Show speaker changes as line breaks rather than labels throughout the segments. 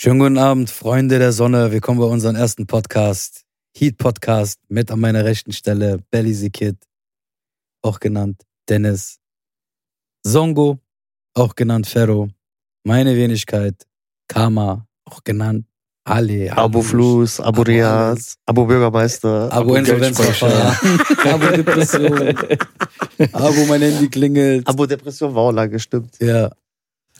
Schönen guten Abend, Freunde der Sonne. Willkommen bei unserem ersten Podcast, Heat Podcast, mit an meiner rechten Stelle Belly the Kid, auch genannt Dennis, Songo, auch genannt Ferro, meine Wenigkeit, Karma, auch genannt Ali.
Abo Fluss, Abo Rias, Abo Bürgermeister,
Abo Insolvenzverfahren, Abo Depression, Abo mein Handy klingelt.
Abo Depression war auch lange, stimmt.
Ja.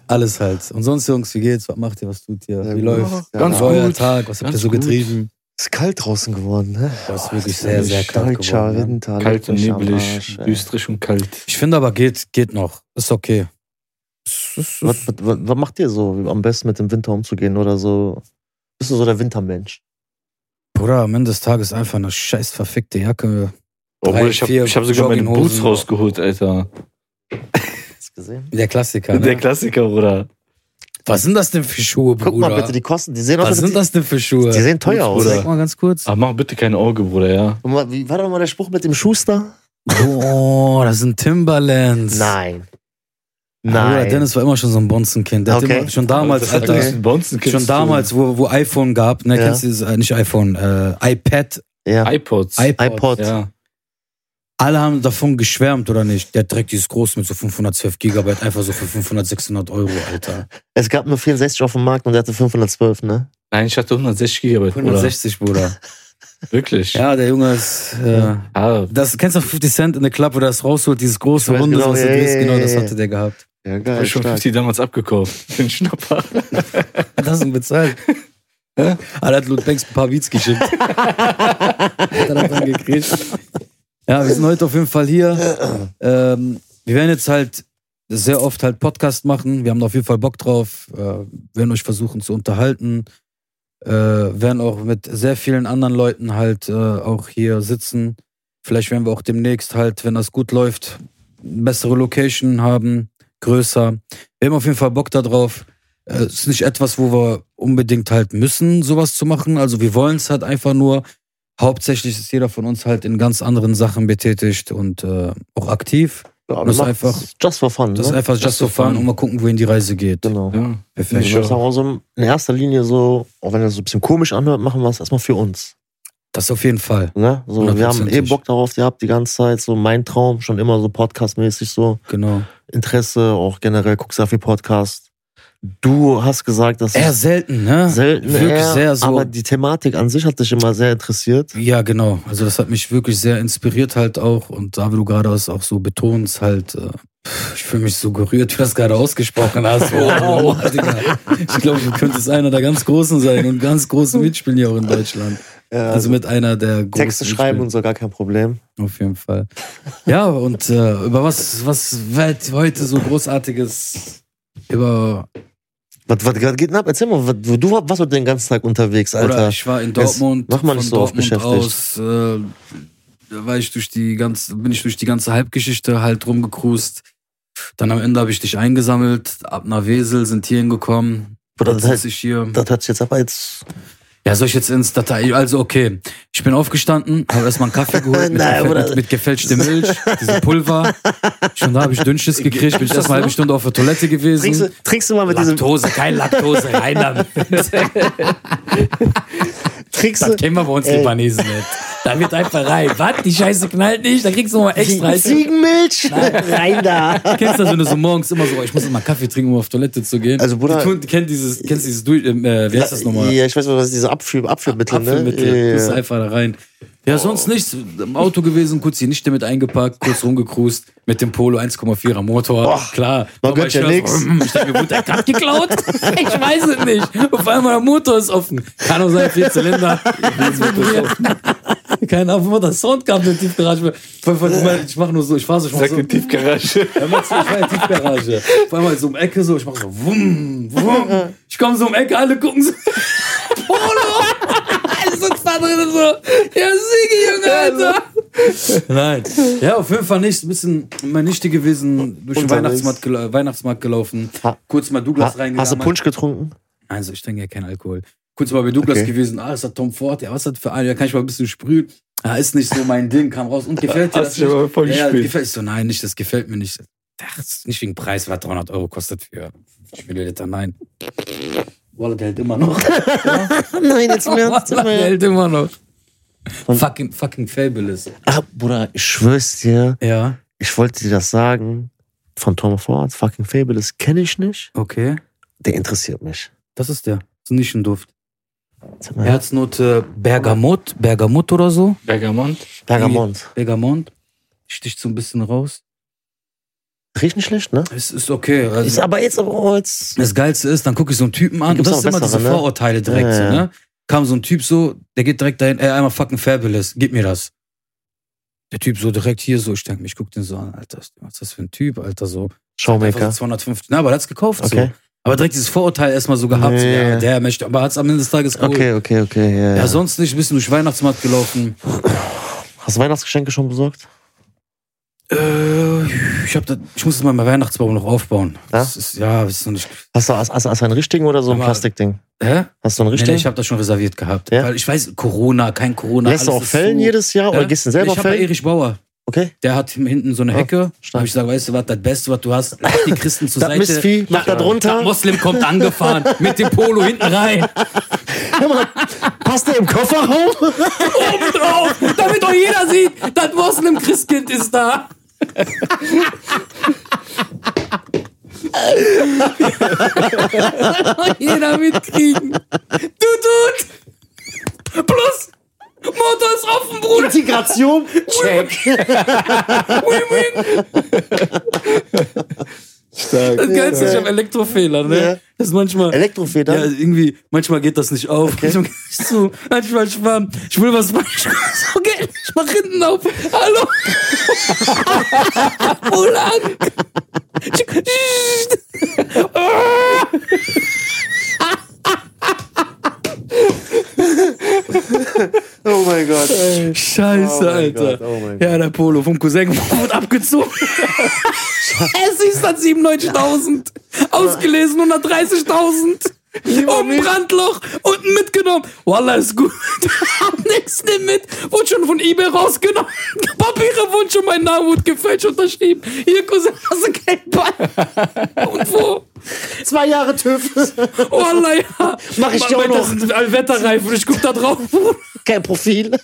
Alles halt. Und sonst, Jungs, wie geht's? Was macht ihr? Was tut ihr?
Ja,
Wie
gut.
läuft?
Ja, Ganz
Wie war euer
gut.
Tag? Was habt ihr
Ganz
so
gut.
getrieben?
Ist kalt draußen geworden, ne?
Boah, ist wirklich sehr, sehr kalt
Deutscher
geworden. Ne?
Winter.
Kalt und
leckt mich am
nebelig,
Arsch, ey.
düsterisch und kalt.
Ich finde aber, geht, geht noch. Ist okay. Es ist-
Was, was, was, was macht ihr so, am besten mit dem Winter umzugehen oder so? Bist du so der Wintermensch?
Bruder, am Ende des Tages einfach eine scheiß verfickte Jacke. Drei,
Obwohl, ich habe
vier
hab sogar meine
Jogginghosen.
Boots rausgeholt, Alter.
Hast du gesehen?
Der Klassiker.
Der
Ne?
Klassiker, Bruder.
Was sind das denn für Schuhe, Bruder?
Guck mal bitte, die Kosten, die sehen aus,
Was
als
sind das denn für
die,
Schuhe?
die sehen teuer aus. Ah.
Sag
Bruder.
mal ganz kurz.
Aber Ah, mach bitte kein Auge, Bruder, ja.
Und mal, wie war doch mal der Spruch mit dem Schuster?
Oh, das sind Timberlands.
Nein.
Ah, Bruder,
Nein.
Dennis war immer schon so ein Bonzenkind. Der
Okay.
hat immer, schon damals,
das hat
Alter,
alles mit Bonzenkind
schon
zu tun.
damals, wo, wo iPhone gab, ne,
Ja.
kennst du dieses, äh, nicht iPhone, äh, iPad,
ja.
iPods.
iPod.
iPod.
Ja.
Alle haben davon geschwärmt, oder nicht? Der hat direkt dieses große mit so 512 Gigabyte, einfach so für 500, 600 Euro, Alter.
Es gab nur 64 auf dem Markt und der hatte 512, ne?
Nein, ich hatte 160 GB, Bruder.
160, Bruder.
Wirklich.
Ja, der Junge ist. Äh,
Ja.
Ah,
das kennst du auch 50 Cent in der Club, wo der das rausholt, dieses
Ich
große
weiß
Runde,
genau,
was du
ja,
drehst,
ja,
genau
ja,
das
ja.
hatte der gehabt.
Ja,
hab
geil.
ich schon 50 damals abgekauft. Für den Schnapper.
Hat das denn bezahlt? Hä? Alter, hat Lud Banks ein paar Beats geschickt. hat er davon gekriegt. Ja, wir sind heute auf jeden Fall hier. Ähm, wir werden jetzt halt sehr oft halt Podcast machen. Wir haben da auf jeden Fall Bock drauf. Äh, werden euch versuchen zu unterhalten. Äh, werden auch mit sehr vielen anderen Leuten halt äh, auch hier sitzen. Vielleicht werden wir auch demnächst halt, wenn das gut läuft, bessere Location haben, größer. Wir haben auf jeden Fall Bock darauf. Äh, Es ist nicht etwas, wo wir unbedingt halt müssen, sowas zu machen. Also wir wollen es halt einfach nur. Hauptsächlich ist jeder von uns halt in ganz anderen Sachen betätigt und äh, auch aktiv.
Ja,
Das ist
macht
einfach-
Just for fun,
Das ist
ne?
einfach just so fun und mal gucken, wohin die Reise geht.
Genau.
Ja.
Perfekt.
Ich würde sagen, also in erster Linie so, auch wenn das so ein bisschen komisch anhört, machen wir es erstmal für uns.
Das auf jeden Fall.
Ne? So, wir haben eh
Hundertprozentig.
Bock darauf, ihr habt die ganze Zeit so mein Traum, schon immer so podcastmäßig so
Genau.
Interesse, auch generell guckst du ja viel Podcast. Du hast gesagt, dass
Eher
es
selten, ne?
selten
wirklich
eher,
sehr so.
aber die Thematik an sich hat dich immer sehr interessiert.
Ja, genau. Also das hat mich wirklich sehr inspiriert halt auch. Und da, wie du gerade das auch so betonst, halt, äh, pff, ich fühle mich so gerührt, wie du das gerade ausgesprochen hast. Wow, Digga. Ich glaube, du könntest einer der ganz Großen sein und ganz großen mitspielen hier auch in Deutschland. Also mit einer der großen.
Texte schreiben und so gar kein Problem.
mitspielen. Auf jeden Fall. Ja, und äh, über was, was wird heute so Großartiges über
Was, was, was geht denn ab? Erzähl mal, was, du warst heute den ganzen Tag unterwegs,
Oder
Alter.
ich war in
Jetzt
Dortmund.
mach mal nicht
von
so oft
Dortmund aus, äh, da war ich durch die ganze, bin ich durch die ganze Halbgeschichte halt rumgecruist. Dann am Ende habe ich dich eingesammelt, ab nach Wesel, sind hier hingekommen.
Bruder,
Jetzt
das,
sitze ich hier.
das hat sich jetzt aber jetzt.
Ja, soll ich jetzt ins Datei? Also, okay. Ich bin aufgestanden, habe erstmal einen Kaffee geholt mit,
Nein,
gefäl
Bruder.
mit, mit gefälschter Milch, diesem Pulver. Schon da habe ich Dünnschiss gekriegt, bin ich erstmal eine halbe Stunde auf der Toilette gewesen.
Trinkst du, trinkst du mal mit diesem.
Laktose, kein Laktose, rein damit.
Trinkst
Das
du,
kennen wir bei uns
Ey.
Libanesen nicht. Da wird einfach rein. Was? Die Scheiße knallt nicht? Da kriegst du nochmal extra.
Die
Weißt du?
Ziegenmilch? Rein da.
Kennst du das, wenn du so morgens immer so, "Oh, ich muss immer Kaffee trinken, um auf Toilette zu gehen?
Also, Bruder-
Die tun, die kennen dieses, kennst dieses, Du- ähm, äh, wie heißt das nochmal?
Ja, ich weiß nicht, was ist diese Abführ Abführmittel,
Apfelmittel.
ne?
Du
Ja,
bist
ja.
einfach da rein. Ja, sonst nichts. Im Auto gewesen, kurz die Nichte mit eingepackt, kurz rumgecruised, mit dem Polo 1,4er Motor. Klar.
man
Aber
gönnt
ich
ja
hör's,
nix.
mm, Ich denke mir, wurde der Cut geklaut? Ich weiß es nicht. Auf einmal der Motor ist offen. Kann auch sein, vier Zylinder. Was mit mir? Keine Ahnung, wo das Sound kam, der Tiefgarage. Vor allem, ich meine, Ich mach nur so, ich fahr so, ich mach
Sag
so.
in die Tiefgarage.
Ja, Max, ich war in der Tiefgarage. Vor allem halt so um Ecke so, ich mach so wumm, wumm. Ich komme so um Ecke, alle gucken so. Polo! Alle sitzen da drin so. Ja, Siege, Junge, Alter. Nein. Ja, auf jeden Fall nicht. Ein bisschen meine Nichte gewesen, durch den
Unterwegs.
Weihnachtsmarkt, gel äh, Weihnachtsmarkt gelaufen.
Ha-
Kurz mal Douglas
Ha, hast du
reingegangen.
Punsch getrunken?
Also, ich trinke ja keinen Alkohol. Kurz mal bei Douglas
Okay.
gewesen. Ah, ist das Tom Ford? Ja, was ist das für ein? Ja, kann ich mal ein bisschen sprühen. Ah, ist nicht so mein Ding, kam raus und gefällt dir das
Hast du
nicht?
aber voll
Ja,
gespielt.
gefällt ich so, nein, nicht, das gefällt mir nicht. Ach, das ist nicht wegen Preis, was 300 Euro kostet für 50 Milliliter, nein. Wallah, der hält immer noch.
Nein, jetzt im Ernst.
Wallah, der hält immer noch.
Und-
Fucking, fucking fabulous.
Ah, Bruder, ich schwör's dir,
Ja,
ich wollte dir das sagen. Von Tom Ford, fucking Fabulous, kenne ich nicht.
okay.
Der interessiert mich.
Das ist der. Das ist nicht ein Duft.
Sag mal,
Herznote Bergamot, Bergamot oder so.
Bergamont.
Bergamont.
Bergamot. Sticht so ein bisschen raus.
Riecht nicht schlecht, ne?
Es ist okay. Also
Ist aber jetzt aber auch jetzt.
das Geilste ist, dann gucke ich so einen Typen an. Und
Gibt's
das ist
auch
immer diese
bessere, ne?
Vorurteile direkt.
Ja,
so,
ja.
ne? Kam so ein Typ so, der geht direkt dahin, ey, einmal fucking fabulous, gib mir das. Der Typ so direkt hier so, ich denke mich, guck den so an, Alter, was ist das für ein Typ, Alter, so. Einfach
Showmaker.
so 250, na, aber der hat's gekauft so.
Okay.
Aber direkt dieses Vorurteil erstmal so gehabt, so,
Nee.
ja, der möchte, aber hat's am Ende des Tages geholt.
Okay, okay, okay. Ja,
Ja,
ja.
sonst nicht, bist du durch Weihnachtsmarkt gelaufen.
Hast du Weihnachtsgeschenke schon besorgt?
Äh, ich, hab da, ich muss jetzt mal meinen Weihnachtsbaum noch aufbauen.
Ja?
Das ist, ja, das ist noch nicht.
Hast du, hast, hast, hast du einen richtigen oder so ein
Aber-
Plastikding?
Hä?
Hast du einen
Nee, nee,
richtigen?
ich habe das schon reserviert gehabt.
Ja?
Weil ich weiß, Corona, kein Corona.
Lässt du
alles
auch
ist
fällen
zu.
jedes Jahr
Ja?
oder gehst du selber
Ich habe bei
fällen?
Erich Bauer.
Okay.
Der hat hinten so eine
Ah,
Hecke. Da
stark.
hab ich gesagt, weißt du was, das Beste, was du hast, mach die Christen zur
Das
Seite.
Mistvieh, mach da
Der
drunter.
Moslem kommt angefahren mit dem Polo hinten rein.
Passt der im Kofferraum?
Oben drauf, damit doch jeder sieht, das Moslem-Christkind ist da. jeder mitkriegen. Tut, tut. Plus, Motor ist offen, Bruder.
Integration? Check.
Wing, wing. Das Geilste ist, ich habe Elektrofehler, ne?
Ja.
Das ist manchmal... Ja,
Elektrofeder?
irgendwie, manchmal geht das nicht auf. Manchmal geht es zu. Manchmal schwamm. Ich will was machen. So geht nicht. Ich mach hinten auf. Hallo. Mulan.
Oh mein Gott.
Äh. Scheiße,
Oh mein
Alter.
Gott, oh mein Gott.
ja, der Polo vom Cousin wird abgezogen. es ist dann 97.000. Ausgelesen 130.000. Oben Brandloch, unten mitgenommen. Wallah, ist gut. Am nächsten Tag mit. Wurde schon von eBay rausgenommen. Papiere wurden schon, mein Name wurde gefälscht unterschrieben. Hier, Cousin, hast du Geld bei? Und wo?
Zwei Jahre TÜV.
Wallah, ja.
Mach ich dir auch
Das sind Allwetterreifen. Ich guck da drauf.
Kein Profil.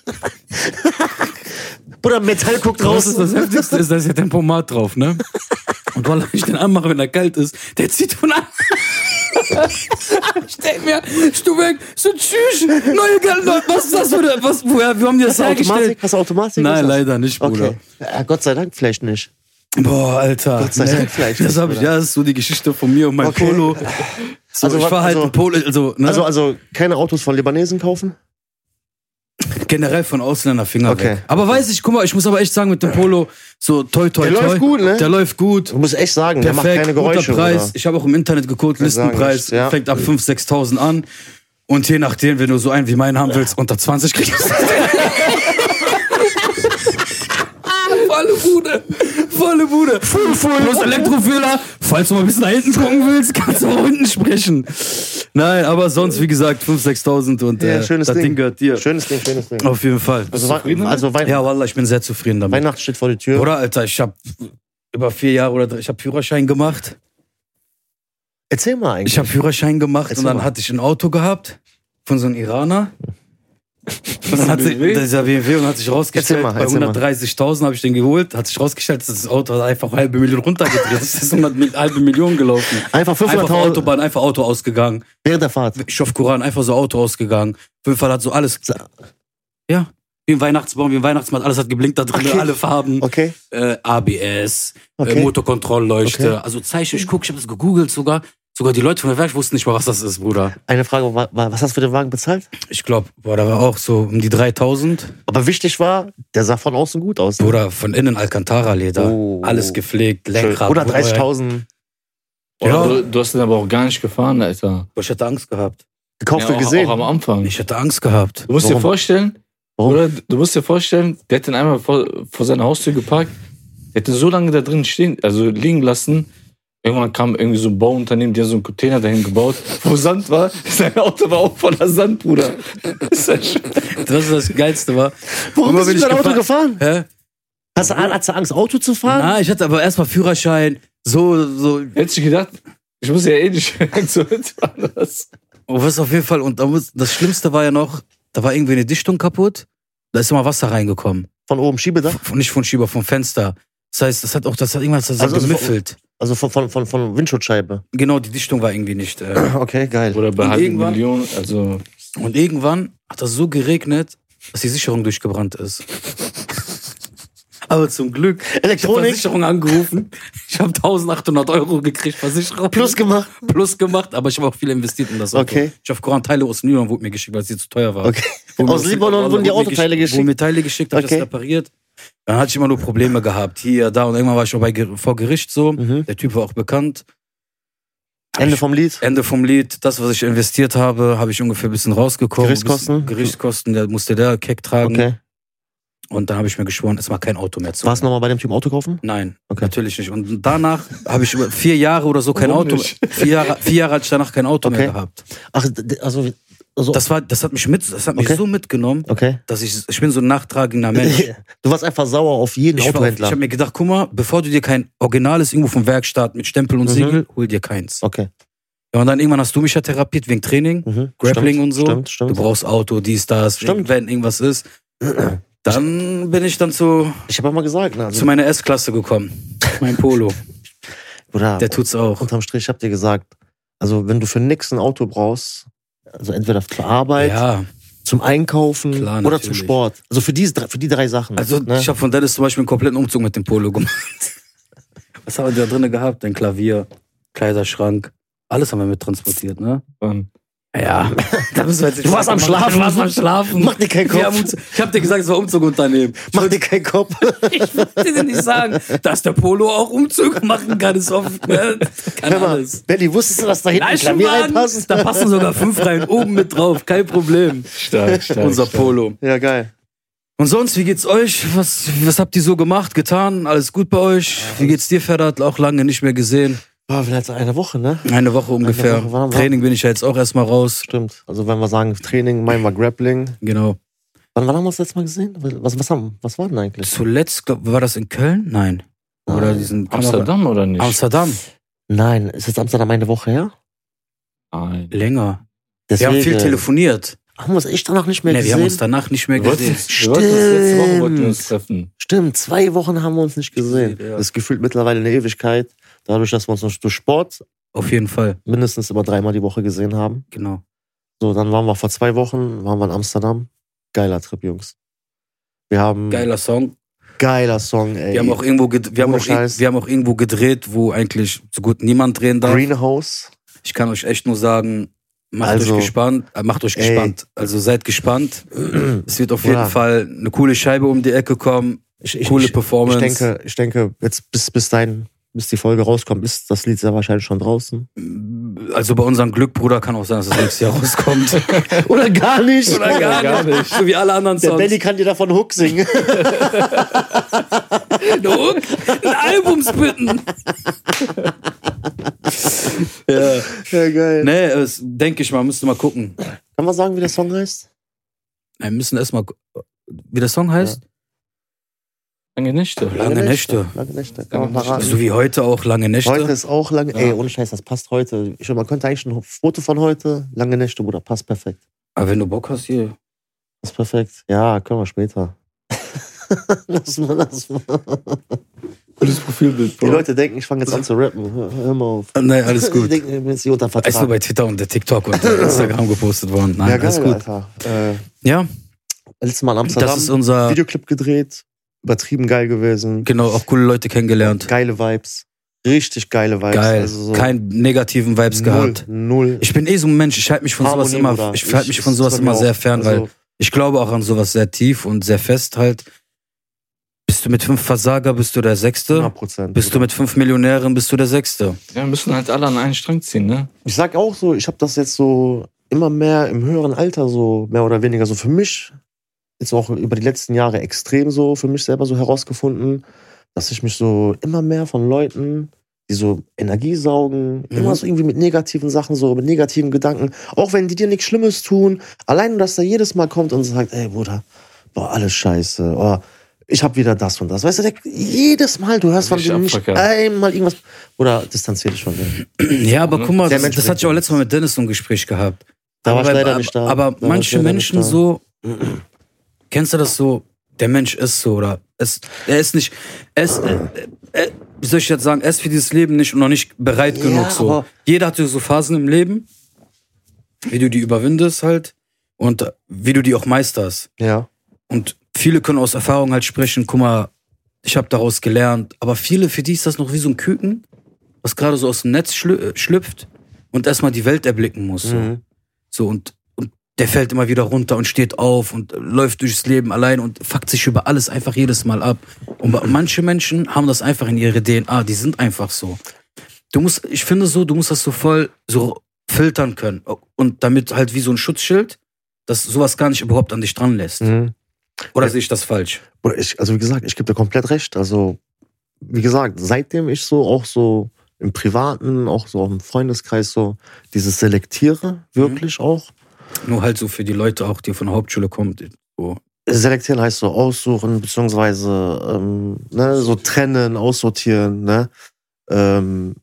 Bruder, Metall guckt
Das ist
raus.
das Heftigste ist, da ist ja Tempomat drauf, ne? Und weil ich den anmache, wenn er kalt ist, der zieht von an. ich denk mir, du weg, so tschüss, neue Gal- Leute, was ist das für eine- was, woher, wir haben die das
Hast du
hergestellt?
Automatik? Hast du Automatik?
Nein,
Was ist
leider nicht,
das?
Bruder.
Okay. Ja, Gott sei Dank, vielleicht nicht.
Boah, Alter. ne?
Gott sei Dank vielleicht
Das
nicht,
habe ich,
Bruder.
ja, das ist so die Geschichte von mir und meinem
Okay.
Polo. So,
Also,
ich
wa-
fahr halt
also-
ein Polo, also, ne?
Also, also keine Autos von Libanesen kaufen?
generell von Ausländer Finger
Okay.
weg. Aber weiß ich, guck mal, ich muss aber echt sagen, mit dem Polo, so toi, toi,
Der
toi.
läuft gut, ne?
Der läuft gut.
Du musst echt sagen, der
Perfekt,
macht keine Geräusche.
guter Preis.
Bruder.
Ich habe auch im Internet geguckt,
sagen,
Listenpreis
echt, ja.
fängt ab 5.000, 6.000 an. Und je nachdem, wenn du so einen wie meinen haben willst, unter 20 kriegst du. Volle Bude. Volle Bude. Plus Elektrofehler. Falls du mal ein bisschen nach hinten gucken willst, kannst du auch unten sprechen. Nein, aber sonst, wie gesagt, 5.000, 6.000 und
Ja,
äh,
schönes
das Ding.
Ding.
gehört dir.
Schönes Ding, schönes Ding.
Auf jeden Fall.
Also, Wa- also Wei-
Ja, Wallah, ich bin sehr zufrieden damit.
Weihnachten steht vor der Tür.
Oder, Alter, ich habe über vier Jahre oder drei, ich habe Führerschein gemacht.
Erzähl mal eigentlich.
Ich habe Führerschein gemacht
Erzähl
und dann
mal.
hatte ich ein Auto gehabt von so einem Iraner. Und dann hat sich,
BMW?
dieser BMW und hat sich rausgestellt,
Erzähl mal,
bei
erzähl mal.
130.000 habe ich den geholt, hat sich rausgestellt, dass das Auto hat einfach halbe Million runtergedreht. Das ist 100, Mil- halbe Million gelaufen.
Einfach
Einfach
500.000
Autobahn, einfach Auto ausgegangen.
während der Fahrt.
Ich hoffe, Koran, einfach so Auto ausgegangen. Auf jeden Fall hat so alles, ja, wie ein Weihnachtsbaum, wie ein Weihnachtsmann, alles hat geblinkt da drin,
Okay.
alle Farben
Okay.
äh, ABS, äh,
Okay.
Motorkontrollleuchte,
Okay.
also Zeichen. Ich gucke, ich habe das gegoogelt sogar. Sogar die Leute von der Werk wussten nicht mal, was das ist, Bruder.
Eine Frage, wa- wa- was hast du für den Wagen bezahlt?
Ich glaube, boah, da war auch so um die 3000.
Aber wichtig war, der sah von außen gut aus.
Bruder, von innen Alcantara-Leder.
Oh.
Alles gepflegt, Lenkrad.
Oder 30.000
Ja.
Oh, Du, du hast den aber auch gar nicht gefahren, Alter.
Boah, Ich hatte Angst gehabt.
gekauft
ja,
und
auch,
gesehen.
Auch am Anfang.
Ich hatte Angst gehabt.
Du musst
Warum?
dir vorstellen,
Warum?
oder du musst dir vorstellen, der hat den einmal vor, vor seiner Haustür geparkt, der hätte so lange da drin stehen, also liegen lassen. Irgendwann kam irgendwie so ein Bauunternehmen, die haben so einen Container dahin gebaut, wo Sand war. Sein Auto war auch voller Sand, Bruder. Ist das schön?
Das ist das Geilste, war.
Warum
Immer
bist du
bin
mit
ich
deinem Auto
gefahren. Hä?
gefahren? Hast du, hast du Angst, Auto zu fahren?
Na, ich hatte aber erstmal Führerschein. So, so.
Hättest du gedacht, ich muss ja eh nicht so etwas.
Und oh, was auf jeden Fall, und da muss- das Schlimmste war ja noch, da war irgendwie eine Dichtung kaputt, da ist immer Wasser reingekommen.
Von oben Schiebedach?
F- Nicht von Schieber, vom Fenster. Das heißt, das hat auch, das hat irgendwas das hat
Also, also von-
gemüffelt.
Also von, von, von, von Windschutzscheibe.
Genau, die Dichtung war irgendwie nicht. Äh.
Okay, geil.
Oder bei
Und
halben
irgendwann-
Million, also
Und irgendwann hat das so geregnet, dass die Sicherung durchgebrannt ist. Aber zum Glück, ich habe
Elektronik?
Versicherung angerufen. Ich habe 1800 Euro gekriegt, Versicherung.
Plus gemacht.
plus gemacht, aber ich habe auch viel investiert in das Auto.
Okay.
Ich habe Koran Teile aus Libanon wurde mir geschickt, weil sie zu teuer war.
Okay.
Wo mir
Aus Libanon wurden die
wurde mir
Autoteile
geschickt-
geschickt.
Wurden mir Teile geschickt, habe ich
Okay.
das repariert. Dann hatte ich immer nur Probleme gehabt. Hier, da und irgendwann war ich schon bei, Ge- vor Gericht so.
Mhm.
Der Typ war auch bekannt.
Ende vom Lied.
Ende vom Lied, das, was ich investiert habe, habe ich ungefähr ein bisschen rausgekommen.
Gerichtskosten?
Bisschen Gerichtskosten, der musste der Keck tragen.
Okay.
Und dann habe ich mir geschworen, es macht kein Auto mehr zu.
Warst du nochmal bei dem Typen Auto kaufen?
Nein,
Okay.
natürlich nicht. Und danach habe ich über vier Jahre oder so kein
Warum
Auto.
nicht?
Vier Jahre, vier Jahre hatte ich danach kein Auto mehr
Okay.
gehabt.
Ach, d- also. also
Das, war, das hat mich, mit, das hat mich
Okay.
so mitgenommen,
okay.
dass ich, ich bin so ein nachtragender Mensch.
Du warst einfach sauer auf jeden
Ich, war auf- ich
Autohändler.
habe mir gedacht, guck mal, bevor du dir kein originales irgendwo vom Werkstatt mit Stempel und
Mhm.
Siegel, hol dir keins.
okay.
Ja, und dann irgendwann hast du mich ja therapiert wegen Training,
Mhm.
Grappling
stimmt,
und so.
Stimmt,
Du
stimmt.
brauchst Auto, dies, das,
Stimmt.
wenn irgendwas ist. Dann bin ich dann zu,
Ich habe mal gesagt, ne,
zu
also,
meiner S-Klasse gekommen. Mein Polo.
Bruder,
Der tut's auch.
unterm Strich, ich habe dir gesagt, also wenn du für nix ein Auto brauchst, also entweder zur Arbeit,
Ja,
zum Einkaufen
Klar,
oder
natürlich.
zum Sport. Also für, diese, drei- für die drei Sachen.
also
ne?
ich habe von Dennis zum Beispiel einen kompletten Umzug mit dem Polo gemacht. Was haben wir da drinnen gehabt? Ein Klavier, Kleiderschrank, alles haben wir mit transportiert, ne?
wann?
Ja, da müssen wir jetzt
Du warst am Schlafen.
Du warst am Schlafen.
Mach dir keinen
Wir haben
Kopf.
uns- ich hab dir gesagt, es war Umzugunternehmen.
Mach dir keinen Kopf.
Ich wollte dir nicht sagen, dass der Polo auch Umzug machen kann. Ist offen. Ne? Kann
Hör mal,
alles.
Belly, wusstest du, dass da hinten ein Klavier
Leichenwagen,
reinpasst?
da passen sogar fünf Reihen oben mit drauf. Kein Problem.
Stark, stark.
Unser
stark.
Polo.
Ja, geil.
Und sonst, wie geht's euch? Was, was habt ihr so gemacht, getan? Alles gut bei euch? Wie geht's dir, Ferdat? Auch lange nicht mehr gesehen.
Boah, vielleicht eine Woche, ne?
Eine Woche ungefähr.
Woche, warm, warm.
Training bin ich ja jetzt auch erstmal raus.
Stimmt. Also wenn wir sagen Training, meinen wir Grappling.
Genau.
Wann, wann haben wir das letzte Mal gesehen? Was, was, haben, was war denn eigentlich?
Zuletzt, glaub, war das in Köln? Nein. Oder
Nein.
diesen Kamera-
Amsterdam oder nicht?
Amsterdam,
Nein, ist jetzt Amsterdam eine Woche her?
Nein.
länger. Wir
Deswegen,
haben viel telefoniert.
Haben wir uns echt danach nicht mehr
Ne, wir
gesehen?
haben uns danach nicht mehr
Wir wollten, wir
gesehen.
wollten uns letzte Woche wollten wir uns treffen.
Stimmt, zwei Wochen haben wir uns nicht gesehen.
Gesehen, ja.
Das ist gefühlt mittlerweile eine Ewigkeit. Dadurch, dass wir uns durch Sport
Auf jeden Fall,
mindestens immer dreimal die Woche gesehen haben.
genau.
So, dann waren wir vor zwei Wochen, waren wir in Amsterdam. Geiler Trip, Jungs. Wir haben
Geiler Song.
geiler Song, Hm. ey.
Wir haben auch irgendwo, ged- wir haben
Ohne
auch,
Scheiß.
wir haben auch irgendwo gedreht, wo eigentlich so gut niemand drehen darf.
Greenhouse.
Ich kann euch echt nur sagen, macht
Also-
euch gespannt, äh, macht euch
Ey.
gespannt. Also seid gespannt. Es wird auf jeden
Ja.
Fall eine coole Scheibe um die Ecke kommen,
Ich, ich,
coole
ich, ich
Performance.
denke, ich denke, jetzt bis, bis dahin, bis die Folge rauskommt, ist das Lied sehr wahrscheinlich schon draußen.
Also bei unserem Glück, Bruder, kann auch sein, dass es nächstes Jahr rauskommt.
Oder gar nicht.
Oder gar, nicht. So wie alle anderen
Der
Songs.
Benny kann dir davon Hook singen.
Eine Hook, ein Album splitten. ja.
ja, geil.
Nee, es- denke ich mal, müsste mal gucken.
Kann man sagen, wie der Song heißt?
Wir müssen erstmal, wie der Song heißt?
Lange Nächte.
Lange Nächte. Also
Lange Nächte.
Lange
Kann man
Nächte.
verraten.
So wie heute auch, lange Nächte.
Heute ist auch lange.
Ja.
Ey, ohne Scheiß, das passt heute. Ich, man könnte eigentlich ein Foto von heute. Lange Nächte, Bruder, passt perfekt.
Aber Ah, wenn du Bock hast, hier.
Passt perfekt. Ja, können wir später. lass mal, lass mal.
Cooles Profilbild,
Die Leute denken, ich fange jetzt an zu rappen. Hör, hör mal auf.
Nein, alles
Die
gut.
denken, ich bin jetzt hier unter Vertrag.
Ist nur bei Twitter und der TikTok und der Instagram gepostet worden. Nein,
ja, geil,
alles gut.
Alter. Äh,
Ja,
letztes Mal in Amsterdam.
das ist unser,
Videoclip gedreht. Übertrieben geil gewesen.
genau, auch coole Leute kennengelernt.
Geile Vibes. Richtig geile Vibes.
Geil.
Also so
Keinen negativen Vibes
null,
gehabt.
null.
Ich bin eh so ein Mensch, ich halte mich von sowas
Harmonie,
immer,
Bruder.
ich halte mich von
es
sowas
ist bei mir
immer sehr
auch-
fern, weil
also,
Ich glaube auch an sowas sehr tief und sehr fest halt. Bist du mit fünf Versager, bist du der Sechste?
100%.
Bist du mit fünf Millionären, bist du der Sechste?
Ja, wir müssen halt alle an einen Strang ziehen, ne?
Ich sag auch so, ich habe das jetzt so immer mehr im höheren Alter so mehr oder weniger so für mich jetzt auch über die letzten Jahre extrem so für mich selber so herausgefunden, dass ich mich so immer mehr von Leuten, die so Energie saugen, immer so irgendwie mit negativen Sachen so mit negativen Gedanken, auch wenn die dir nichts Schlimmes tun, allein dass da jedes Mal kommt und sagt, ey Bruder, boah alles Scheiße, oh, ich habe wieder das und das, weißt du, der, jedes Mal, du hörst von
Richtig
dem nicht
Abfucker.
einmal irgendwas, oder distanziert dich von dem.
Ja, aber guck mal,
Der
das,
Mensch
das hatte ich auch letztes Mal mit Dennis so ein Gespräch gehabt.
Da war
aber
ich leider
aber,
nicht da.
aber
da war ich
manche
leider
Menschen
nicht da.
so, kennst du das so, der Mensch ist so oder es, er ist nicht, er ist, äh, äh, wie soll ich jetzt sagen, er ist für dieses Leben nicht und noch nicht bereit
Ja,
genug so.
aber-
Jeder hat so Phasen im Leben, wie du die überwindest halt und äh, wie du die auch meisterst.
Ja.
Und viele können aus Erfahrung halt sprechen, guck mal, ich habe daraus gelernt. Aber viele, für die ist das noch wie so ein Küken, was gerade so aus dem Netz schlü- äh, schlüpft und erstmal die Welt erblicken muss. So,
Mhm.
so und, und der fällt immer wieder runter und steht auf und läuft durchs Leben allein und fuckt sich über alles einfach jedes Mal ab. Und ba- manche Menschen haben das einfach in ihre DNA, die sind einfach so. Du musst, ich finde so, du musst das so voll so filtern können. Und damit halt wie so ein Schutzschild, dass sowas gar nicht überhaupt an dich dran lässt.
Mhm.
Oder
Ja.
sehe ich das falsch?
Oder ich, also wie gesagt, ich gebe dir komplett recht. Also, wie gesagt, seitdem ich so auch so im Privaten, auch so im Freundeskreis so dieses selektiere, wirklich auch.
Nur halt so für die Leute auch, die von der Hauptschule kommen. die- So.
Selektieren heißt so aussuchen, beziehungsweise ähm, ne, so trennen, aussortieren, ne? Ähm,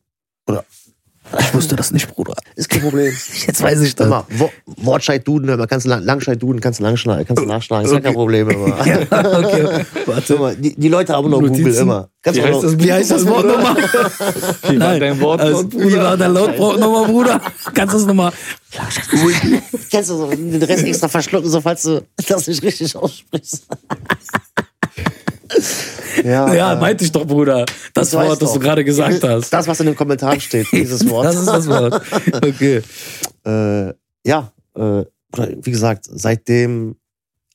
Ich wusste das nicht, Bruder.
ist kein Problem.
Jetzt weiß ich
Sag mal, Wo Wortscheid duden, aber kannst du lang, Langscheid duden, kannst du langschlagen, kannst du nachschlagen, ist gar kein Problem. Aber.
Ja, okay. Warte.
Sag mal, die, die Leute haben noch
Notizen?
Google immer. Kannst
Wie
du
heißt
noch,
das,
Wie heißt das Wort nochmal?
Wie war dein Wort?
Also, wie war dein Lautbrauch nochmal, Bruder? Kannst du das nochmal?
kannst du so den Rest extra verschlucken, so falls du das nicht richtig aussprichst. ja,
Ja,
äh,
meinte ich doch, Bruder. Das
du weißt
Wort, das du
doch.
gerade gesagt hast.
Das, was in den Kommentaren steht, dieses Wort.
Das ist das Wort. Okay.
äh, ja, äh, wie gesagt, seitdem,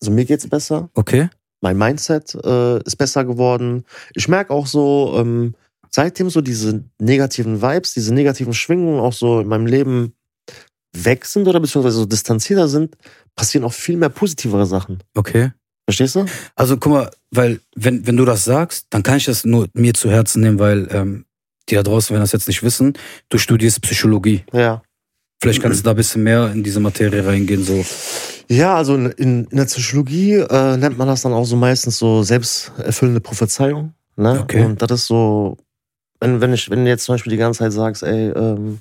also mir geht's besser.
Okay.
mein Mindset äh, ist besser geworden. Ich merke auch so, ähm, seitdem so diese negativen Vibes, diese negativen Schwingungen auch so in meinem Leben weg sind oder beziehungsweise so distanzierter sind, passieren auch viel mehr positivere Sachen.
Okay.
Verstehst du?
Also guck mal, weil wenn, wenn du das sagst, dann kann ich das nur mir zu Herzen nehmen, weil ähm, die da draußen werden das jetzt nicht wissen. Du studierst Psychologie.
Ja.
Vielleicht kannst du da ein bisschen mehr in diese Materie reingehen. So.
Ja, also in, in, in der Psychologie äh, nennt man das dann auch so meistens so selbsterfüllende Prophezeiung. Ne?
Okay.
Und das ist so, wenn, wenn, ich, wenn du jetzt zum Beispiel die ganze Zeit sagst, ey, ähm,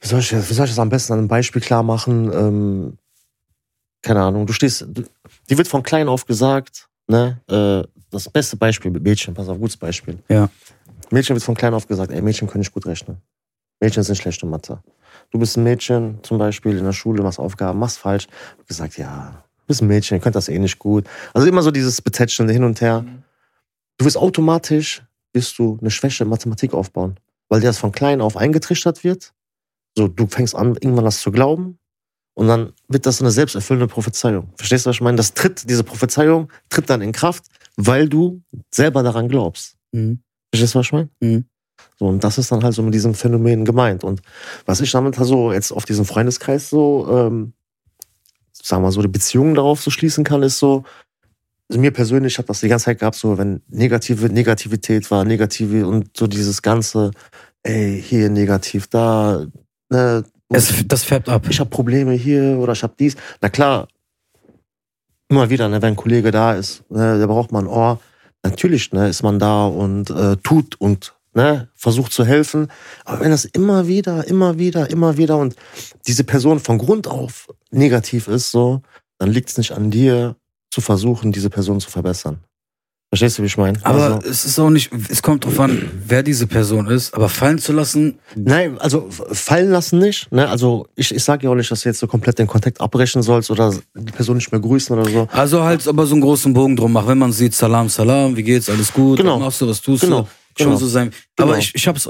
wie, soll ich, das- wie soll ich das am besten an einem Beispiel klar machen? Ähm, keine Ahnung, du stehst, du, die wird von klein auf gesagt, ne? Äh, das beste Beispiel, Mädchen, pass auf, gutes Beispiel.
Ja.
Mädchen wird von klein auf gesagt, ey, Mädchen können nicht gut rechnen. Mädchen sind schlecht in Mathe. Du bist ein Mädchen, zum Beispiel in der Schule, machst Aufgaben, machst falsch. Wird gesagt, ja, du bist ein Mädchen, ihr könnt das eh nicht gut. Also immer so dieses Betätschende hin und her. Du wirst automatisch, wirst du eine Schwäche in Mathematik aufbauen, weil dir das von klein auf eingetrichtert wird. So, du fängst an, irgendwann das zu glauben. Und dann wird das eine selbsterfüllende Prophezeiung. Verstehst du, was ich meine? Das tritt, diese Prophezeiung tritt dann in Kraft, weil du selber daran glaubst. Verstehst du, was ich meine?
Mhm.
So, und das ist dann halt so mit diesem Phänomen gemeint. Und was ich damit halt so jetzt auf diesen Freundeskreis so, ähm, sagen wir mal so, die Beziehungen darauf so schließen kann, ist so, also mir persönlich hat das die ganze Zeit gehabt, so, wenn negative Negativität war, negative und so dieses ganze, ey, hier negativ, da, ne,
Es, das färbt ab.
ich habe Probleme hier oder ich habe dies. Na klar, immer wieder, ne, wenn ein Kollege da ist, ne, der braucht man ein Ohr. Natürlich ne, ist man da und äh, tut und ne, versucht zu helfen. Aber wenn das immer wieder, immer wieder, immer wieder und diese Person von Grund auf negativ ist, so, dann liegt es nicht an dir, zu versuchen, diese Person zu verbessern. Verstehst du, wie ich meine?
Aber
also,
es ist auch nicht, es kommt drauf an, wer diese Person ist, aber fallen zu lassen,
nein, also f- fallen lassen nicht. Ne? Also ich, ich sage ja auch nicht, dass du jetzt so komplett den Kontakt abbrechen sollst oder die Person nicht mehr grüßen oder so.
also halt aber so einen großen Bogen drum machen, wenn man sieht, Salam, Salam, wie geht's, alles gut,
Genau.
was machst du, was tust
Genau,
du, schon
genau.
so sein.
Genau.
Aber ich, ich hab's,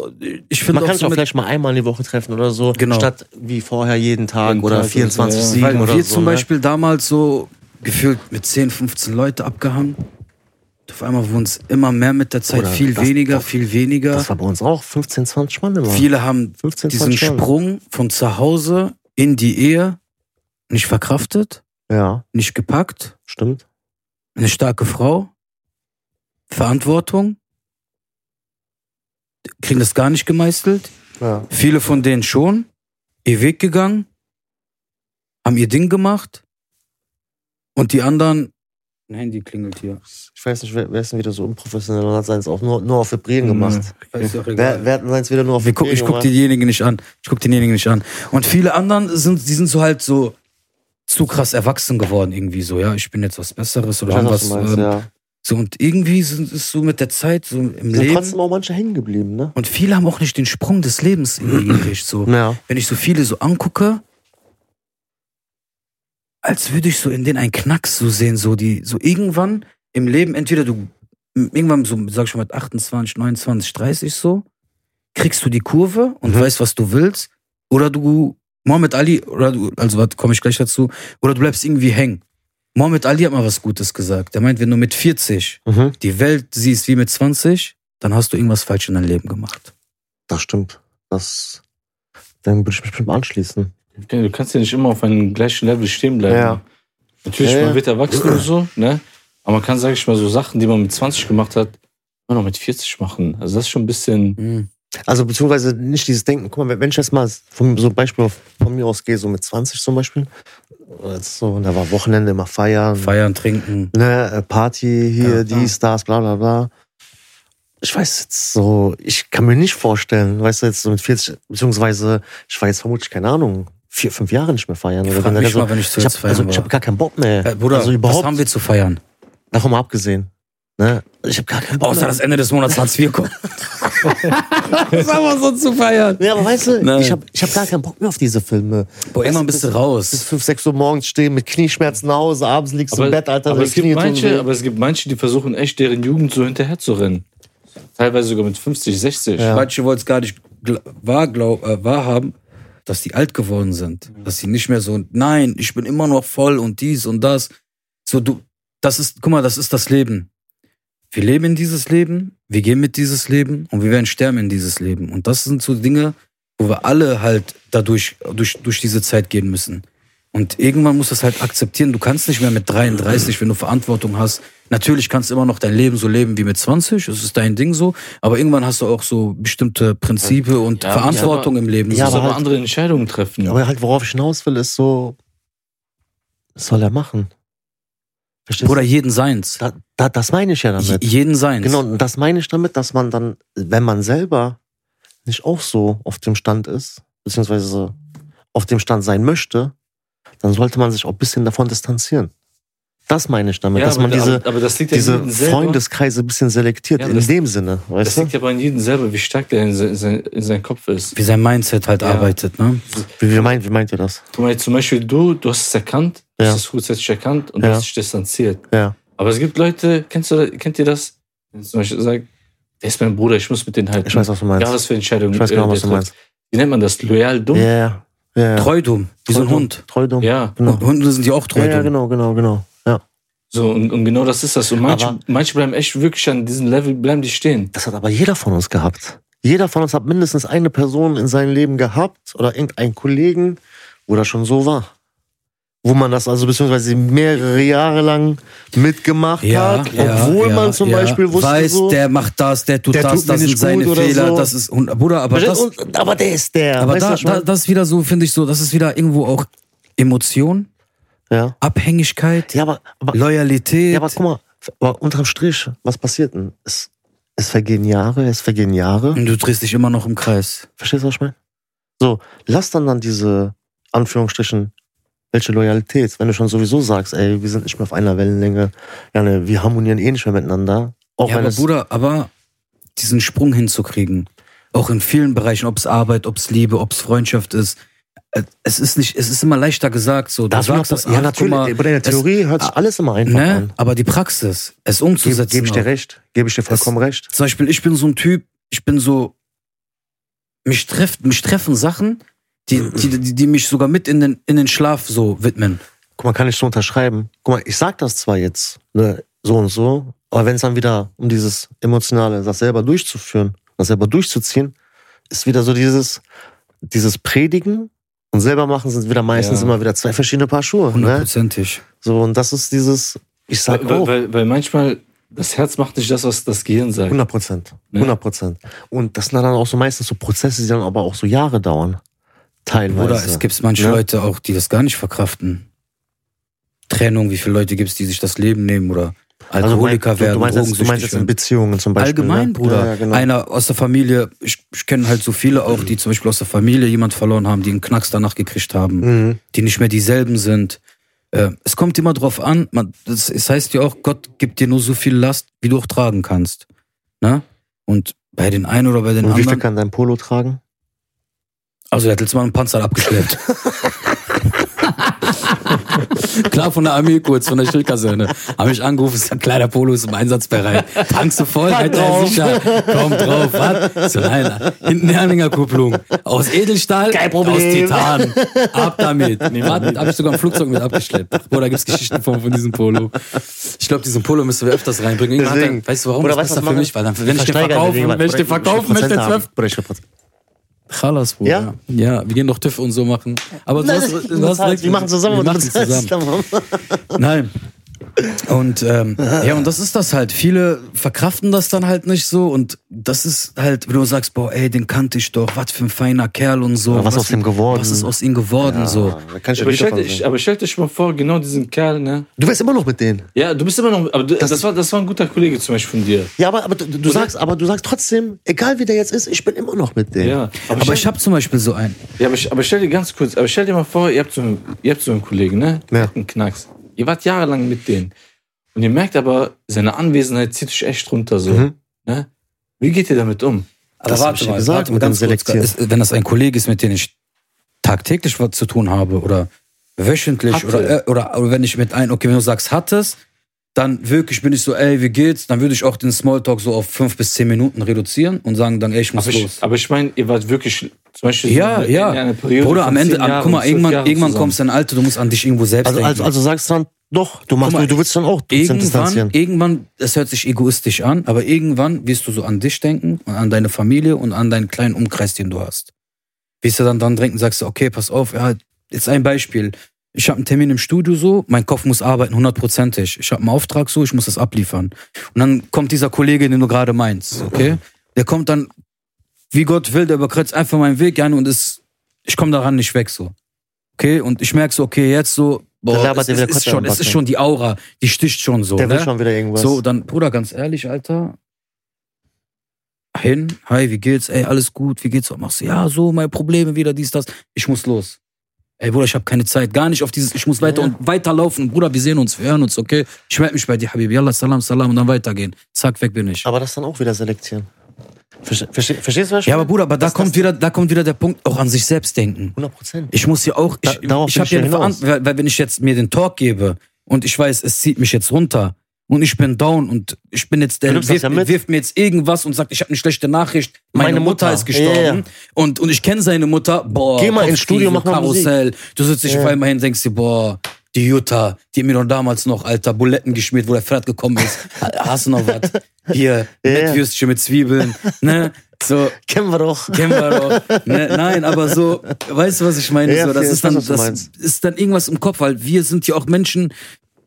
ich finde
Man
auch
kann sich
so
auch
mit,
vielleicht mal einmal in die Woche treffen oder so,
Genau.
statt wie vorher jeden Tag
Jeden
oder
Tag,
24
ja.
Siegen
weil
oder
wir
so.
zum
ne?
Beispiel damals so gefühlt mit 10, 15 Leute abgehangen. Und Auf einmal wurden es immer mehr mit der Zeit,
Oder
viel
das-
weniger,
das-
viel weniger.
Das war bei uns auch 15, 20 Mann immer.
Viele haben
15,
diesen
20 Mann.
Sprung von zu Hause in die Ehe nicht verkraftet,
Ja,
nicht gepackt.
stimmt.
eine starke Frau, Verantwortung, kriegen das gar nicht gemeistert.
Ja.
Viele von denen schon, ihr Weg gegangen, haben ihr Ding gemacht und die anderen Ein Handy klingelt hier.
Ich weiß nicht, wer, wer ist denn wieder so unprofessionell und hat seins auch nur, nur auf Vibrieren gemacht.
Ist doch Mhm.
Wer,
egal.
wer hat denn seins wieder nur auf
Wir gucken,
Vibrieren
ich guck denjenigen nicht an. Ich guck denjenigen nicht an. Und viele anderen sind, die sind so halt so zu krass erwachsen geworden irgendwie so. Ja, ich bin jetzt was Besseres oder
Ich weiß,
haben
was
was.
du meinst,
ähm,
ja.
So und irgendwie sind, ist so mit der Zeit so im
Sind
Leben.
trotzdem auch manche hängen geblieben, ne?
Und viele haben auch nicht den Sprung des Lebens irgendwie gekriegt. So.
Ja.
wenn ich so viele so angucke, als würde ich so in denen einen Knacks so sehen, so die, so irgendwann im Leben, entweder du, m- irgendwann so, sag ich mal, mit 28, 29, 30 so, kriegst du die Kurve und
Mhm.
weißt, was du willst, oder du, Mohammed Ali, oder du, also warte, komme ich gleich dazu, oder du bleibst irgendwie hängen. Mohammed Ali hat mal was Gutes gesagt. Der meint, wenn du mit 40
Mhm.
die Welt siehst wie mit 20, dann hast du irgendwas falsch in deinem Leben gemacht.
Das stimmt. Das. Dann würde ich mich bestimmt anschließen.
Du kannst ja nicht immer auf einem gleichen Level stehen bleiben.
Ja.
Natürlich,
Ja, ja.
man wird erwachsen und so, ne? Aber man kann, sage ich mal, so Sachen, die man mit 20 gemacht hat, immer noch mit 40 machen. Also das ist schon ein bisschen.
Also beziehungsweise nicht dieses Denken, guck mal, wenn ich jetzt mal vom, so ein Beispiel auf- von mir aus gehe, so mit 20 zum Beispiel, jetzt so, und da war Wochenende immer feiern,
Feiern, trinken.
ne, äh, Party hier,
Ja,
dies, das, bla bla bla. Ich weiß jetzt so, ich kann mir nicht vorstellen, weißt du, jetzt so mit 40, beziehungsweise ich war jetzt vermutlich, keine Ahnung, vier, fünf Jahre nicht mehr feiern. Oder
Frag
generell
mich
so,
mal, wenn ich
ich
zuletzt
hab, also,
feiern
ich habe
war.
gar keinen Bock mehr.
Äh, Bruder, was
also
haben
überhaupt,
wir zu feiern?
davon mal abgesehen. Ne? Ich habe gar keinen Bock
Außer
mehr.
das Ende des Monats Hartz IV kommt. was haben wir sonst zu feiern?
Ja, aber weißt du,
Nein.
ich habe ich hab gar keinen Bock mehr auf diese Filme.
Boah, irgendwann bist du
bis
raus.
5, 6 Uhr morgens stehen, mit Knieschmerzen nach Hause, abends liegst du
Aber,
im Bett, Alter.
aber,
deine
es gibt
Knie tun weh.
manche, aber es gibt manche, die versuchen echt, deren Jugend so hinterher zu rennen. Teilweise sogar mit 50, 60.
Ja.
Manche wollten es gar nicht gl- wahr, glaub, äh, wahrhaben, dass die alt geworden sind.
Mhm.
Dass sie nicht mehr so, nein, ich bin immer noch voll und dies und das. So, du, das ist, guck mal, das ist das Leben. Wir leben in dieses Leben, wir gehen mit dieses Leben und wir werden sterben in dieses Leben. Und das sind so Dinge, wo wir alle halt dadurch, durch, durch diese Zeit gehen müssen. Und irgendwann musst du das halt akzeptieren. Du kannst nicht mehr mit 33, wenn du Verantwortung hast. Natürlich kannst du immer noch dein Leben so leben wie mit 20. Es ist dein Ding so. Aber irgendwann hast du auch so bestimmte Prinzipien und
Ja,
Verantwortung
ja,
im Leben.
Ja,
Ja,
so.
aber,
aber halt-
andere Entscheidungen treffen.
Aber halt, worauf ich hinaus will, ist so, was soll er machen? Verstehst
Oder
du?
jeden seins.
Da, da, das meine ich ja
J-
damit.
Jeden seins.
Genau, und das meine ich damit, dass man dann, wenn man selber nicht auch so auf dem Stand ist, beziehungsweise auf dem Stand sein möchte, dann sollte man sich auch ein bisschen davon distanzieren. Das meine ich damit,
Ja,
dass man
aber,
diese,
aber, aber das liegt ja in
diese
jedem selber.
Freundeskreise ein bisschen selektiert,
Ja,
in
das-
dem Sinne. Weißt
das
du?
liegt ja bei jedem selber, wie stark der in, se- in, se- in seinem Kopf ist.
Wie sein Mindset halt
Ja.
arbeitet. Ne?
Wie, wie, meint, wie meint ihr das?
Guck mal, jetzt zum Beispiel du, du hast es erkannt, du
Ja.
hast es frühzeitig erkannt und
Ja.
du hast dich distanziert.
Ja.
Aber es gibt Leute, kennst du, kennt ihr das? Wenn zum Beispiel sagt, der ist mein Bruder, ich muss mit denen halten.
Ich weiß, was du meinst.
Egal, was für Entscheidungen
ich weiß genau,
äh,
was du
der
meinst.
trifft. Wie nennt man das? Loyal, dumm?
Ja, ja. ja. ja.
Treudum. Wie so ein
Treudum,
Hund.
Treudum.
Ja.
Genau.
Und Hunde sind ja auch
Ja,
Treudum.
ja, genau, genau, genau. Ja.
So, und, und genau das ist das. Und manche,
Aber-
manche bleiben echt wirklich an diesem Level, bleiben die stehen.
Das hat aber jeder von uns gehabt. Jeder von uns hat mindestens eine Person in seinem Leben gehabt oder irgendeinen Kollegen, wo das schon so war. Wo man das also beziehungsweise mehrere Jahre lang mitgemacht
Ja,
hat,
ja,
obwohl
ja,
man zum
ja.
Beispiel wusste,
weiß,
so,
der macht das, der tut
der
das,
tut mir
das sind
nicht
seine
gut oder
Fehler,
so.
das ist Hund- Bruder, aber das,
und, aber der ist der.
aber
weißt du,
da,
was ich
da,
meine?
das ist wieder so, finde ich so, das ist wieder irgendwo auch Emotion,
ja.
Abhängigkeit,
ja, aber, aber
Loyalität.
Ja, aber guck mal, aber unterm Strich, was passiert denn? Es, es vergehen Jahre, es vergehen Jahre.
und du drehst dich immer noch im Kreis.
Verstehst du, was ich meine? So, lass dann dann diese Anführungsstrichen, welche Loyalität, wenn du schon sowieso sagst, ey, wir sind nicht mehr auf einer Wellenlänge, ja, ne, wir harmonieren eh nicht mehr miteinander. Auch
Ja,
wenn
aber
es,
Bruder, aber diesen Sprung hinzukriegen, auch in vielen Bereichen, ob es Arbeit, ob es Liebe, ob es Freundschaft ist, äh, es ist nicht, es ist immer leichter gesagt, so. Du
das macht das, ja
ach, guck
natürlich,
mal,
bei der
es-
Theorie hört sich alles immer einfach
ne?
an.
Aber die Praxis, es
Gebe
umzusetzen.
geb ich
auch.
dir recht, gebe ich dir vollkommen recht.
Zum Beispiel, ich bin so ein Typ, ich bin so, mich trifft, mich treffen Sachen, die, die, die, die mich sogar mit in den, in den Schlaf so widmen.
Guck mal, kann ich so unterschreiben. Guck mal, ich sag das zwar jetzt, ne, so und so, aber wenn es dann wieder um dieses Emotionale, das selber durchzuführen, das selber durchzuziehen, ist wieder so dieses, dieses Predigen und selber machen sind wieder meistens
Ja.
immer wieder zwei verschiedene Paar Schuhe. Ne?
Hundertprozentig.
So, und das ist dieses, ich sag
Weil, weil,
auch,
weil, weil manchmal das Herz macht nicht das, was das Gehirn sagt.
100 Prozent,
Ne?
100 Prozent. Und das sind dann auch so meistens so Prozesse, die dann aber auch so Jahre dauern. Teilweise.
Oder es gibt manche
Ja.
Leute auch, die das gar nicht verkraften. Trennung, wie viele Leute gibt es, die sich das Leben nehmen oder
Also, du
Alkoholiker
meinst-
werden,
du, du meinst, jetzt, du
drogensüchtig
meinst jetzt in
werden.
Beziehungen zum Beispiel.
Allgemein,
ne?
Bruder.
Ja, ja, genau.
Einer aus der Familie, ich, ich kenne halt so viele auch, die zum Beispiel aus der Familie jemand verloren haben, die einen Knacks danach gekriegt haben,
Mhm.
die nicht mehr dieselben sind. Äh, es kommt immer drauf an, man, das, es heißt ja auch, Gott gibt dir nur so viel Last, wie du auch tragen kannst. Ne? Und bei den einen oder bei den
Und wie viel
anderen.
kann dein Polo tragen?
Also er hat letztes Mal einen Panzer abgeschleppt. Klar, von der Armee kurz, von der Schildkaserne. Hab ich angerufen, ist ein kleiner Polo, ist im Einsatzbereich. Tankst du voll, halt er
drauf.
sicher. Komm drauf, was? So, nein, hinten eine Anhängerkupplung. Aus Edelstahl,
Kein Problem.
aus Titan. Ab damit. Nee, warte, hab ich sogar ein Flugzeug mit abgeschleppt. Ach, Boah, da gibt's Geschichten von, von diesem Polo. Ich glaube, diesen Polo müssen wir öfters reinbringen. Irgendwann hat er-
Deswegen.
Weißt du, warum
Oder
das
weißt du,
besser
was
für
machen?
mich war? Dann, wenn ich den
Versteigern
verkaufen,
den Ding,
wenn ich den
Bruder,
verkaufen möchte,
Prozent haben.
12
Bruder, ich will Prozent.
Chalas, Bruder.
Ja?
Ja? wir gehen doch TÜV und so machen. Aber du
Nein,
hast,
du
du hast recht.
bezahlst. Wir machen zusammen
Wir
und du
machen es
bezahlst.
zusammen. Nein. Und ähm, ja, und das ist das halt. Viele verkraften das dann halt nicht so. Und das ist halt, wenn du sagst, boah, ey, den kannte ich doch, was für ein feiner Kerl und so.
Aber was aus dem geworden?
Was ist aus ihm geworden so?
Da kann ich ja
Aber
nicht
stell,
davon
dich,
sagen.
aber stell dich mal vor, genau diesen Kerl, ne?
Du wärst immer noch mit denen.
Ja, du bist immer noch. Aber du, das,
Das-
war, das war ein guter Kollege zum Beispiel von dir.
Ja, aber, aber du, du sagst, aber du sagst trotzdem, egal wie der jetzt ist, ich bin immer noch mit denen.
Ja. Aber,
Aber
stell,
ich habe zum Beispiel so einen.
ja, aber, aber stell dir ganz kurz, aber stell dir mal vor, ihr habt so einen, ihr habt so einen Kollegen, ne?
Ja.
Einen Knacks. Ihr wart jahrelang mit denen. Und ihr merkt aber, seine Anwesenheit zieht euch echt runter so.
Mhm.
Ne? Wie geht ihr damit um?
Aber
Das hab ich ja gesagt, mit dem
kurz.
Selektieren.
Ist, wenn das ein Kollege ist, mit dem ich tagtäglich was zu tun habe oder wöchentlich
Hatte.
oder, äh, oder, oder wenn ich mit einem, okay, wenn du sagst, hattest, dann wirklich bin ich so, ey, wie geht's? Dann würde ich auch den Smalltalk so auf fünf bis zehn Minuten reduzieren und sagen dann, ey, ich muss
Aber
los.
ich, aber ich meine, ihr wart wirklich zum Beispiel
ja,
so in
ja.
einer Periode.
Oder am
von
Ende,
zehn
am,
Jahren,
guck mal,
zwölf
irgendwann,
Jahren
irgendwann
zusammen.
kommst du in ein Alter, du musst an dich irgendwo selbst
Also,
denken.
also, also sagst du dann, doch, du machst,
Guck mal,
du, du willst dann auch dezent
irgendwann,
distanzieren.
irgendwann, das hört sich egoistisch an, aber irgendwann wirst du so an dich denken und an deine Familie und an deinen kleinen Umkreis, den du hast. Wirst du dann dran denken, sagst du, okay, pass auf, ja, jetzt ein Beispiel. Ich habe einen Termin im Studio so, mein Kopf muss arbeiten, hundertprozentig. Ich habe einen Auftrag so, ich muss das abliefern. Und dann kommt dieser Kollege, den du gerade meinst, okay? Der kommt dann, wie Gott will, der überkreuzt einfach meinen Weg, Jan, und ist, ich komme daran nicht weg so. Okay? Und ich merke so, okay, jetzt so,
Dann
boah,
labert
es,
der
es,
wieder
ist
Quatsch
schon,
am
es ist
Backen.
schon die Aura, die sticht schon so.
Der will
ne?
schon wieder irgendwas.
So, dann, Bruder, ganz ehrlich, Alter. Hin, hi, wie geht's? Ey, alles gut, wie geht's? Was machst du? Ja, so, meine Probleme wieder, dies, das. Ich muss los. Ey, Bruder, ich habe keine Zeit. Gar nicht auf dieses, ich muss weiter
Ja.
und weiterlaufen. Bruder, wir sehen uns, wir hören uns, okay? Ich melde mich bei dir, Habibi. Yallah, salam, salam und dann weitergehen. Zack, weg bin ich.
aber das dann auch wieder selektieren. Verste, verste, verstehst du was? ich
ja, aber
meine?
Bruder, aber da
Das-
kommt
das-
wieder, da kommt wieder der Punkt, auch an sich selbst denken.
100 Prozent.
Ich muss ja auch, ich,
Da- darauf
ich
will
habe
ich
ja
ja
eine
hinaus.
Verantwortung, weil, weil wenn ich jetzt mir den Talk gebe und ich weiß, es zieht mich jetzt runter und ich bin down und ich bin jetzt der
nimmst das
wirft,
ja mit.
wirft mir jetzt irgendwas und sagt, ich habe eine schlechte Nachricht, meine,
Meine
Mutter,
Mutter.
ist gestorben
Ja, ja.
und und ich kenne seine Mutter. Boah,
Geh mal ins
Kopfkino,
Studio, mach mal
Karussell. Du sitzt dich
Ja.
auf einmal hin, denkst dir, boah. Die Jutta, die hat mir doch damals noch, Alter, Buletten geschmiert, wo der Pferd gekommen ist. Hast du noch was? Hier,
Ja, ja.
Mettwürstchen mit Zwiebeln, ne? So,
Kennen wir doch.
kennen wir doch. Ne, nein, aber so, weißt du, was ich meine?
Ja,
so, das
ich
ist
weiß,
dann,
was du
das
meinst.
ist dann irgendwas im Kopf, weil wir sind ja auch Menschen,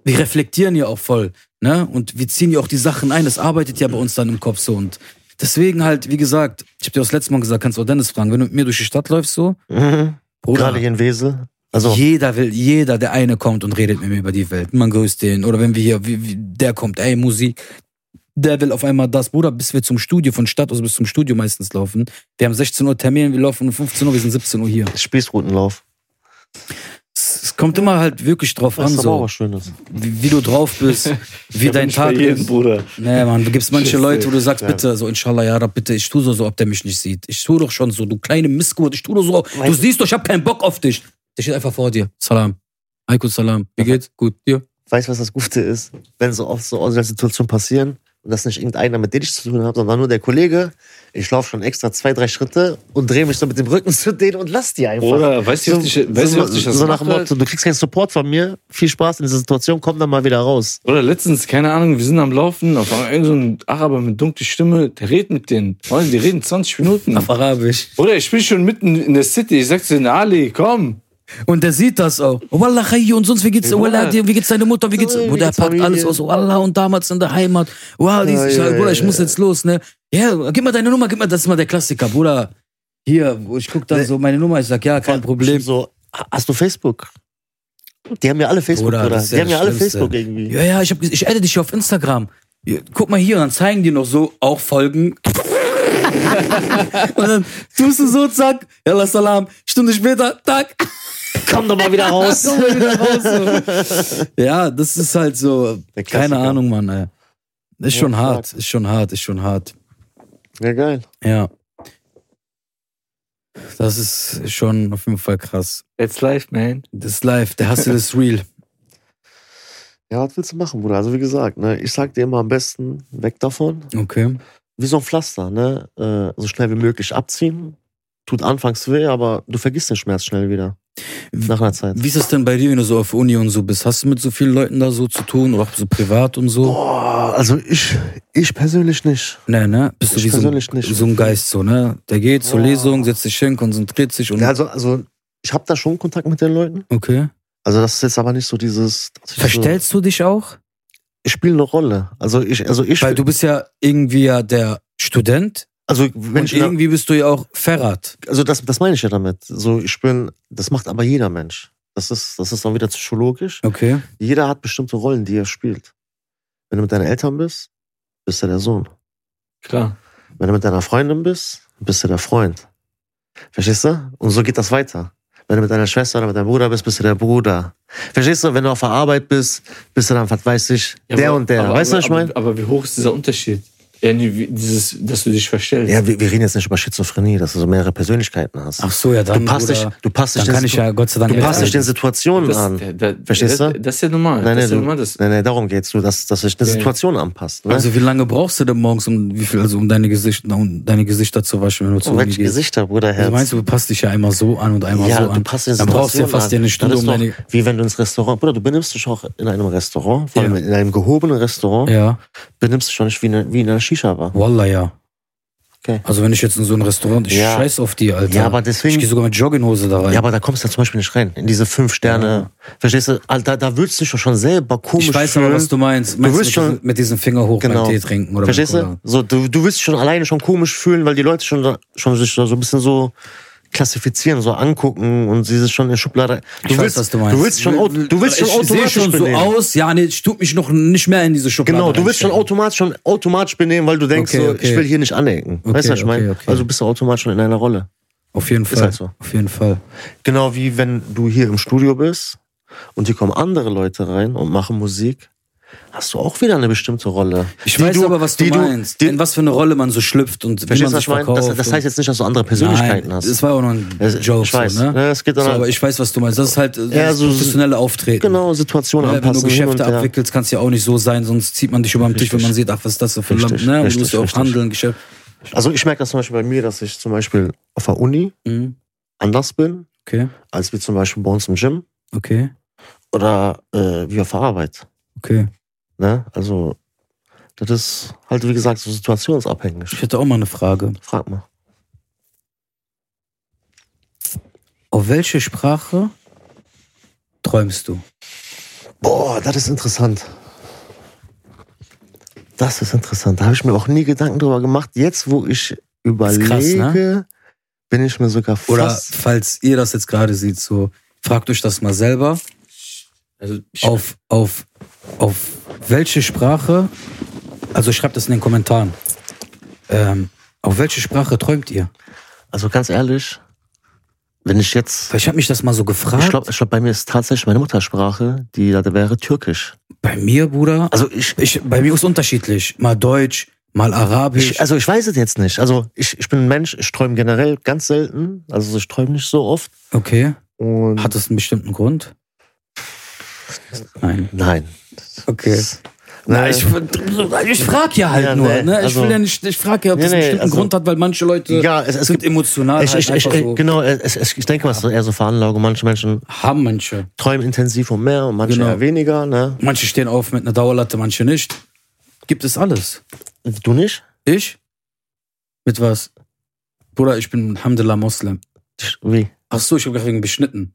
wir reflektieren ja auch voll, ne? Und wir ziehen ja auch die Sachen ein. Das arbeitet ja bei uns dann im Kopf so und deswegen halt, wie gesagt, ich habe dir auch das letzte Mal gesagt, kannst du auch Dennis fragen, wenn du mit mir durch die Stadt läufst so,
Mhm.
Bruder,
Gerade hier in Wesel. Also,
jeder will, jeder, der eine kommt und redet mit mir über die Welt. Man grüßt den. Oder wenn wir hier, wie, wie, der kommt, ey, Musik. Der will auf einmal das, Bruder, bis wir zum Studio, von Stadt aus bis zum Studio meistens laufen. Wir haben 16 Uhr Termin, wir laufen um 15 Uhr, wir sind 17 Uhr hier.
Spießrutenlauf.
Es, es kommt immer halt wirklich drauf
Das
an,
ist aber auch
so,
was Schönes.
wie, wie du drauf bist, wie
Da bin
dein
ich bei
Tag
jedem,
ist.
Bruder.
Nee, Mann, du gibst manche
Scheiße.
Leute, wo du sagst,
Ja.
bitte, so, inshallah, ja, Rab, bitte, ich tu so, so, ob der mich nicht sieht. Ich tu doch schon so, du kleine Missgeburt, ich tu doch so, du
Weißt du-
siehst doch, ich hab keinen Bock auf dich. Der steht einfach vor dir. Salam. Aiko Salam. Wie geht's? Gut, dir?
Weißt du, was das Gute ist? Wenn so oft so solche Situationen passieren und das nicht irgendeiner, mit dem ich zu tun habe, sondern nur der Kollege, ich laufe schon extra zwei, drei Schritte und drehe mich so mit dem Rücken zu denen und lass die einfach.
Oder weißt du, was ich, weißt du, was ich das
so nach dem
mache?
Motto, du kriegst keinen Support von mir, viel Spaß in dieser Situation, komm dann mal wieder raus.
Oder letztens, keine Ahnung, wir sind am Laufen, auf einmal irgend so ein Araber mit dunkler Stimme, der redet mit denen. Leute, die reden 20 Minuten.
Auf Arabisch.
Oder ich bin schon mitten in der City, ich sag zu denen, Ali, komm.
Und der sieht das auch. Oh, Wallah, Chayy, und sonst, wie geht's, oh,
Ja.
Wallah, dir, wie geht's deine Mutter, wie geht's,
Ja, wie
Bruder, er
geht's
packt
Familie?
alles aus, Oh, Wallah, und damals in der Heimat. Wow, dies,
Ja,
ich,
ja,
sag, Bruder, ich
ja,
muss
ja.
jetzt los, ne? Ja, gib mal deine Nummer, gib mal, das ist mal der Klassiker, Bruder.
Ne.
Hier, wo ich guck dann so meine Nummer, ich sag, ja, kein Problem.
So, hast du Facebook? Die haben ja alle Facebook,
Bruder,
oder?
das ist ja
die haben ja
das
alle
Schlimmste.
Facebook irgendwie.
Ja, ja, ich, hab, ges- ich adde dich hier auf Instagram. Ja, Guck mal hier, und dann zeigen die noch so, auch Folgen. und dann tust du so, zack, ja, lass Alarm. Stunde später, zack,
Komm doch mal wieder raus.
komm mal wieder raus. So. Ja, das ist halt so,
Der
keine
Klassiker.
Ahnung, Mann, ey. Ist
Ja,
schon
stark.
hart, ist schon hart, ist schon hart.
Ja, geil.
Ja. Das ist schon auf jeden Fall krass.
It's life, man.
Das ist live, der Hustle ist real.
Ja, was willst du machen, Bruder? Also wie gesagt, ne, ich sag dir immer am besten, weg davon.
Okay.
Wie so ein Pflaster, ne? Äh, so schnell wie möglich abziehen. Tut anfangs weh, aber du vergisst den Schmerz schnell wieder. Nach einer Zeit.
Wie ist es denn bei dir, wenn du so auf Uni und so bist? Hast du mit so vielen Leuten da so zu tun oder auch so privat und so?
Boah, also ich, ich persönlich nicht.
Nee, ne? Bist du
Ich
wie so ein,
persönlich nicht.
so ein Geist so, ne? Der geht zur
Boah.
Lesung, setzt sich hin, konzentriert sich und.
Ja, also, also ich habe da schon Kontakt mit den Leuten.
Okay.
Also das ist jetzt aber nicht so dieses. dass ich
Verstellst du dich auch?
So, ich spiele eine Rolle. Also ich, also ich,
Weil du bist ja irgendwie ja der Student
also wenn
und
ich, in der-
irgendwie bist du ja auch Ferrat.
also das, das meine ich ja damit. So ich bin, das macht aber jeder Mensch. Das ist, das ist dann wieder psychologisch.
Okay.
Jeder hat bestimmte Rollen, die er spielt. Wenn du mit deinen Eltern bist, bist du der Sohn.
Klar.
Wenn du mit deiner Freundin bist, bist du der Freund. Verstehst du? Und so geht das weiter. Wenn du mit deiner Schwester oder mit deinem Bruder bist, bist du der Bruder. Verstehst du? Wenn du auf der Arbeit bist, bist du dann, was weiß ich,
Ja,
der
aber-
und der.
aber-
weißt du,
aber-
was ich meine?
Aber, aber wie hoch ist dieser Unterschied? Ja, nee, wie, dieses, dass du dich verstellst.
Ja, wir, wir reden jetzt nicht über Schizophrenie, dass du so mehrere Persönlichkeiten hast.
Ach so, ja, dann.
du passt dich,
Bruder,
du passt dich,
dann
den,
kann ich ja Gott sei Dank
du passt dich
mithalten.
den Situationen
das,
an.
da- da-
Verstehst
das,
du?
Das ist ja
Nein,
normal. das
nein,
ist ja
du,
normal, das,
nein, nein, darum geht's, du, dass, dass sich eine
Ja, ja.
Situation anpasst. Ne?
Also wie lange brauchst du denn morgens, um wie viel, also um deine Gesichter, um deine Gesichter zu waschen, wenn du zur
oh,
Uni
welche
gehst?
Gesichter, Bruder, Herz.
Also meinst du, du passt dich ja einmal so an und einmal
ja,
so
du
an.
passt in
Dann brauchst du ja
Situationen
fast
an.
ja eine Stunde
Das
um
ist
deine.
Wie wenn du ins Restaurant, Bruder, du benimmst dich auch in einem Restaurant, vor allem
Ja.
in einem gehobenen Restaurant,
Ja,
benimmst dich auch nicht wie, eine, wie in einer Shisha-Bar.
Wallah, ja.
Okay.
Also wenn ich jetzt in so ein Restaurant, ich
Ja.
scheiß auf die, Alter.
Ja, aber
ich gehe
deswegen,
sogar mit Jogginghose da rein.
ja, aber da kommst du ja zum Beispiel nicht rein, in diese fünf Sterne. Verstehst du? Alter, da würdest du dich doch schon selber komisch
ich weiß
fühlen.
aber, was du meinst. meinst
wirst
mit, diesem- mit diesem Finger hoch
Genau.
beim Tee trinken oder
Verstehst
beim
du?
Cola.
So, du, du wirst dich schon alleine schon komisch fühlen, weil die Leute schon, da- schon sich da so ein bisschen so klassifizieren, so angucken und sie sind schon in der Schublade. Du
Ich weiß,
willst,
was du meinst.
Du willst schon, au- du willst schon
ich sehe
automatisch
schon so
benehmen.
aus, ja, nee, ich tue mich noch nicht mehr in diese Schublade halt
Genau, du willst schon
reinstecken.
automatisch schon automatisch benehmen, weil du denkst,
Okay,
so,
okay.
ich will hier nicht anecken.
Okay,
weißt du, was ich
okay,
meine?
okay.
Also bist du automatisch schon in einer Rolle.
Auf jeden Fall.
halt so.
Auf jeden Fall.
Genau wie wenn du hier im Studio bist und hier kommen andere Leute rein und machen Musik, hast du auch wieder eine bestimmte Rolle.
Ich
die
weiß aber, was du
die
meinst.
Die,
in was für eine Rolle man so schlüpft und wie man
verstehst du,
sich
was ich meine?
verkauft.
Das, das heißt jetzt nicht, dass du andere
und-
Persönlichkeiten
Nein,
hast.
Das war ja auch noch ein
Es-
Joke.
ich weiß.
So, ne?
Ja, es geht dann
so,
halt-
aber ich weiß, was du meinst. Das ist halt äh,
Ja,
das
so-
professionelle Auftreten.
genau, Situation
Ja, wenn du
anpassen. hin
Geschäfte
und her.
abwickelst, kannst ja auch nicht so sein, sonst zieht man dich über den Tisch,
Richtig.
wenn man sieht, ach, was ist das denn für ein Land.
Richtig,
Ne? Und Du
richtig,
musst ja auch
richtig.
handeln, Geschäft.
Also ich merke das zum Beispiel bei mir, dass ich zum Beispiel auf der Uni
Mhm.
anders bin,
Okay,
als wie zum Beispiel bei uns im Gym
okay,
oder äh, wie auf der Arbeit.
okay.
Ne? Also, das ist halt, wie gesagt, so situationsabhängig.
Ich hätte auch mal eine Frage.
Frag mal.
Auf welche Sprache träumst du?
Boah, das ist interessant. Das ist interessant. Da habe ich mir auch nie Gedanken drüber gemacht. Jetzt, wo ich überlege,
krass, ne?
bin ich mir sogar fast.
Oder falls ihr das jetzt gerade seht, so fragt euch das mal selber.
also, ich,
Oh,
Auf, auf, auf welche Sprache, also schreibt das in den Kommentaren, ähm, auf welche Sprache träumt ihr?
also ganz ehrlich, wenn ich jetzt.
Weil ich habe mich das mal so gefragt.
Ich glaube, ich glaub, bei mir ist tatsächlich meine Muttersprache, die da wäre Türkisch.
bei mir, Bruder,
Also ich,
ich, bei mir ist unterschiedlich. Mal Deutsch, mal Arabisch.
Ich, also ich weiß es jetzt nicht. Also ich, ich bin ein Mensch, ich träume generell ganz selten. Also ich träume nicht so oft.
okay.
Und
Hat das einen bestimmten Grund? Nein.
Nein. ne,
Okay.
Nein,
Ich, ich frage ja halt
Ja,
nur.
nee,
ne? Ich
also-
will ja nicht, ich frage ja, ob
Nee,
das einen
nee,
bestimmten
also-
Grund hat, weil manche Leute
ja, es, es
sind
gibt.
emotional
Ich,
halt
ich, ich,
einfach so.
genau, es, es, ich denke mal, es ist eher so Veranlagung. Manche Menschen
Haben manche.
träumen intensiv und mehr und manche
Genau.
eher weniger. Ne?
Manche stehen auf mit einer Dauerlatte, manche nicht. Gibt es alles.
Du nicht?
Ich? Mit was? Bruder, ich bin Alhamdulillah Moslem.
Ich- Wie?
Ach so, ich habe gerade wegen beschnitten.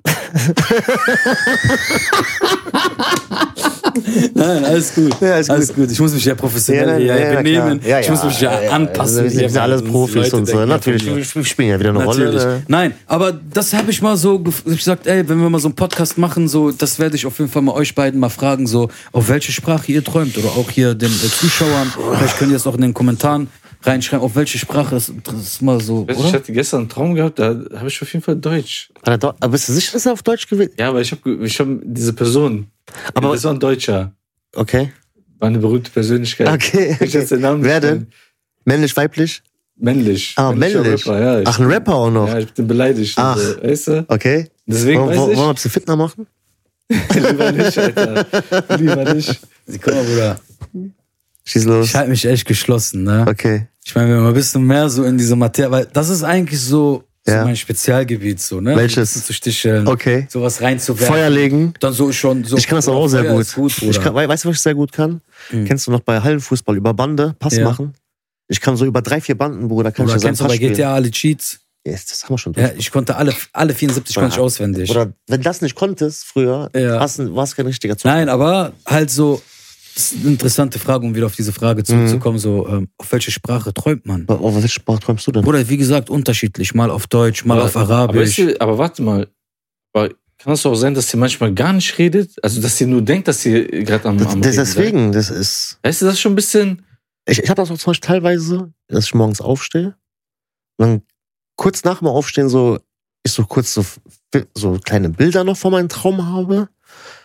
Nein, alles gut.
Ja, alles gut.
alles gut. Ich muss mich ja professionell
Ja,
hier
nein, ja, ja,
benehmen.
klar. Ja,
ich
ja,
muss mich ja,
ja, ja.
anpassen.
Wir sind,
hier,
wir sind
weil
alles
die
Profis
Leute
und so.
denken ja
Natürlich,
von mir.
wir spielen ja wieder eine
Natürlich.
Rolle. ne?
Nein, aber das habe ich mal so, gef- ich gesagt, ey, wenn wir mal so einen Podcast machen, so, das werde ich auf jeden Fall mal euch beiden mal fragen, so, auf welche Sprache ihr träumt oder auch hier den äh, Zuschauern, vielleicht könnt ihr es auch in den Kommentaren reinschreiben, auf welche Sprache, das, das ist mal so,
Weißt du, Ich
oder?
hatte gestern einen Traum gehabt, da habe ich auf jeden Fall Deutsch.
Hat er Deu- Aber bist du sicher, dass er auf Deutsch gewählt
Ja, aber ich habe ich hab diese Person.
Aber-
das war ein Deutscher.
Okay.
War eine berühmte Persönlichkeit.
Okay.
Ich jetzt den Namen
Wer
nicht
denn?
nennen.
Männlich, weiblich?
Männlich.
Ah,
Männlicher
männlich.
Rapper, ja, ich,
Ach, ein Rapper auch noch.
ja, ich bin beleidigt. und
Ach.
So, weißt du?
Okay.
Deswegen
wollen, wollen wir ein
weiß
bisschen Fitner machen?
ich. Lieber nicht, Alter. Lieber nicht.
Guck mal, Bruder.
Schieß los.
Ich halte mich echt geschlossen, ne?
Okay.
Ich meine, wenn man ein bisschen mehr so in diese Materie, weil das ist eigentlich so,
Ja.
so mein Spezialgebiet, so, ne?
Welches?
Ein bisschen zu sticheln,
Okay.
sowas reinzuwerfen.
Feuer legen.
Dann so schon, so.
Ich kann das auch sehr
Feuer
gut.
ist gut Bruder. Hm.
ich kann, wei- weißt du, was ich sehr gut kann? Kennst du noch bei Hallenfußball über Bande Pass
Ja.
machen? Ich kann so über drei, vier Banden, Bruder, kann
Oder
ich ja
kennst du
seinen
bei
Pass spielen.
GTA alle Cheats?
Yes, das haben wir schon durch.
Ja, ich konnte alle, alle 74 konnte ich
Ja.
auswendig.
Oder wenn das nicht konntest früher,
Ja.
warst du- warst kein richtiger Zucker.
Nein, aber halt so, das ist eine interessante Frage, um wieder auf diese Frage
Mhm.
zurückzukommen, so, ähm, auf welche Sprache träumt man?
Aber auf welche Sprache träumst du denn?
Oder wie gesagt, unterschiedlich, mal auf Deutsch, mal auf
Aber, weißt
Arabisch.
du, aber warte mal. Aber kann es auch sein, dass ihr manchmal gar nicht redet? Also, dass ihr nur denkt, dass ihr gerade am,
Das,
am
das,
Reden seid?
deswegen, das ist.
Weißt du, das ist schon ein bisschen.
Ich, ich habe das auch zum Beispiel teilweise, dass ich morgens aufstehe und dann kurz nach dem Aufstehen so, ich so kurz so, fi- so kleine Bilder noch von meinem Traum habe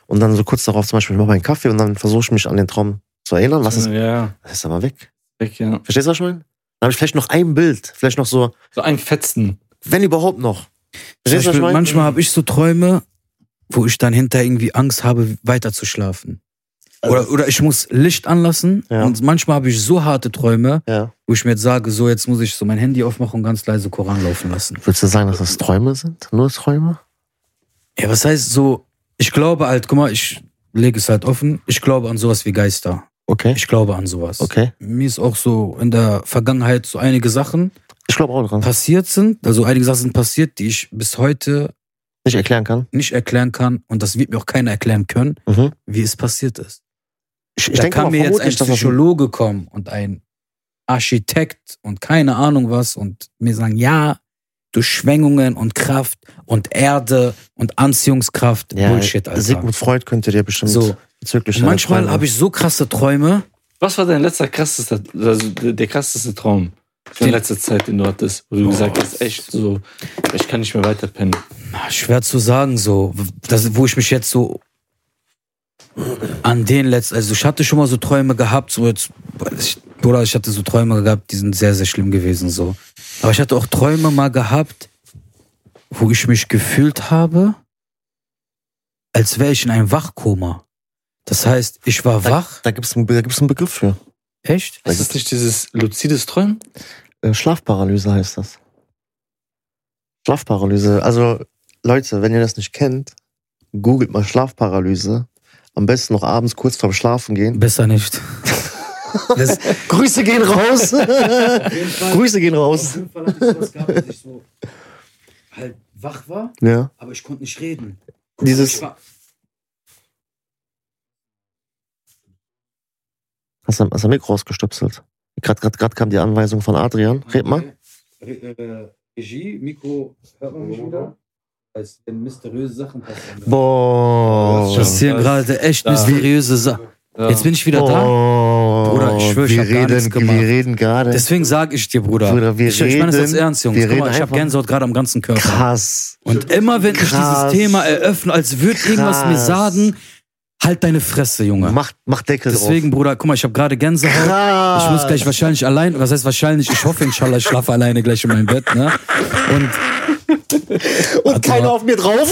und dann so kurz darauf zum Beispiel, ich mache meinen Kaffee und dann versuche ich mich an den Traum zu erinnern. Was ist,
Ja,
das ist aber weg.
weg, ja.
Verstehst du, was ich meine? Dann habe ich vielleicht noch ein Bild, vielleicht noch so,
So ein Fetzen.
wenn überhaupt noch.
Zum
Verstehst du, was
Beispiel,
ich meine?
manchmal habe ich so Träume, wo ich dann hinterher irgendwie Angst habe, weiterzuschlafen.
Also-
Oder, oder ich muss Licht anlassen
Ja.
und manchmal habe ich so harte Träume,
Ja.
wo ich mir jetzt sage, so jetzt muss ich so mein Handy aufmachen und ganz leise Koran laufen lassen.
Würdest du sagen, dass das Träume sind? Nur Träume?
Ja, was heißt so, ich glaube halt, guck mal, ich lege es halt offen, ich glaube an sowas wie Geister.
Okay.
Ich glaube an sowas.
Okay.
Mir ist auch so in der Vergangenheit so einige Sachen
Ich glaube auch dran.
passiert sind, also einige Sachen sind passiert, die ich bis heute
Nicht erklären kann.
nicht erklären kann und das wird mir auch keiner erklären können,
Mhm.
wie es passiert ist.
Ich, ich
da
denke
kann
mal,
mir jetzt ein
vermutlich, dass das
Psychologe kommen und ein Architekt und keine Ahnung was und mir sagen, ja, durch Schwingungen und Kraft und Erde und Anziehungskraft,
ja,
Bullshit, Alter.
Sigmund Freud könnte dir bestimmt
So.
bezüglich
Und manchmal habe ich so krasse Träume.
Was war dein letzter krassester, also der der krasseste Traum in
Den-
letzter Zeit, den du hattest, wo du gesagt hast, echt so, ich kann nicht mehr weiter pennen.
na, Ah, Schwer zu sagen, so, das, wo ich mich jetzt so an den letzten, also ich hatte schon mal so Träume gehabt, so jetzt, ich, oder ich hatte so Träume gehabt, die sind sehr, sehr schlimm gewesen, so. Aber ich hatte auch Träume mal gehabt, wo ich mich gefühlt habe, als wäre ich in einem Wachkoma. Das heißt, ich war wach.
Da gibt es einen, da gibt's einen Begriff für.
Echt?
Ist das nicht dieses luzides Träumen?
Äh, Schlafparalyse heißt das. Schlafparalyse. Also, Leute, wenn ihr das nicht kennt, googelt mal Schlafparalyse. Am besten noch abends kurz vorm Schlafen gehen.
Besser nicht. Das,
Grüße gehen raus! Grüße gehen raus!
jeden Fall hatte ich sowas gehabt, dass ich so halt wach war.
Ja.
aber ich konnte nicht reden.
Dieses- Hast du hast du Mikro rausgestöpselt? Gerade grad, grad kam die Anweisung von Adrian. Red mal.
äh, Regie, Mikro, hört man mich wieder? Als wenn mysteriöse Sachen passieren.
Boah.
Das ist
Passieren
Das-
gerade echt
da.
mysteriöse Sachen.
Ja.
Jetzt bin ich wieder da.
Boah.
Bruder, ich schwör, ich
wir
hab gar
reden-
nichts gemacht.
Wir reden gerade.
Deswegen sage ich dir, Bruder.
Bruder, wir
ich, ich meine das jetzt
reden-
ernst, Jungs.
wir
Guck mal,
reden
ich habe
einfach-
Gänsehaut gerade am ganzen Körper.
Krass.
Und immer wenn ich dieses
Krass.
Thema eröffne, als würde irgendwas mir
Krass.
sagen, halt deine Fresse, Junge.
Mach, mach Deckel
Deswegen, Bruder, guck mal, ich habe gerade Gänsehaut.
drauf. Krass.
Ich muss gleich wahrscheinlich allein, was heißt wahrscheinlich, ich hoffe inshallah, ich schlafe alleine gleich in meinem Bett, ne? Und Also
Und keiner auf mir drauf.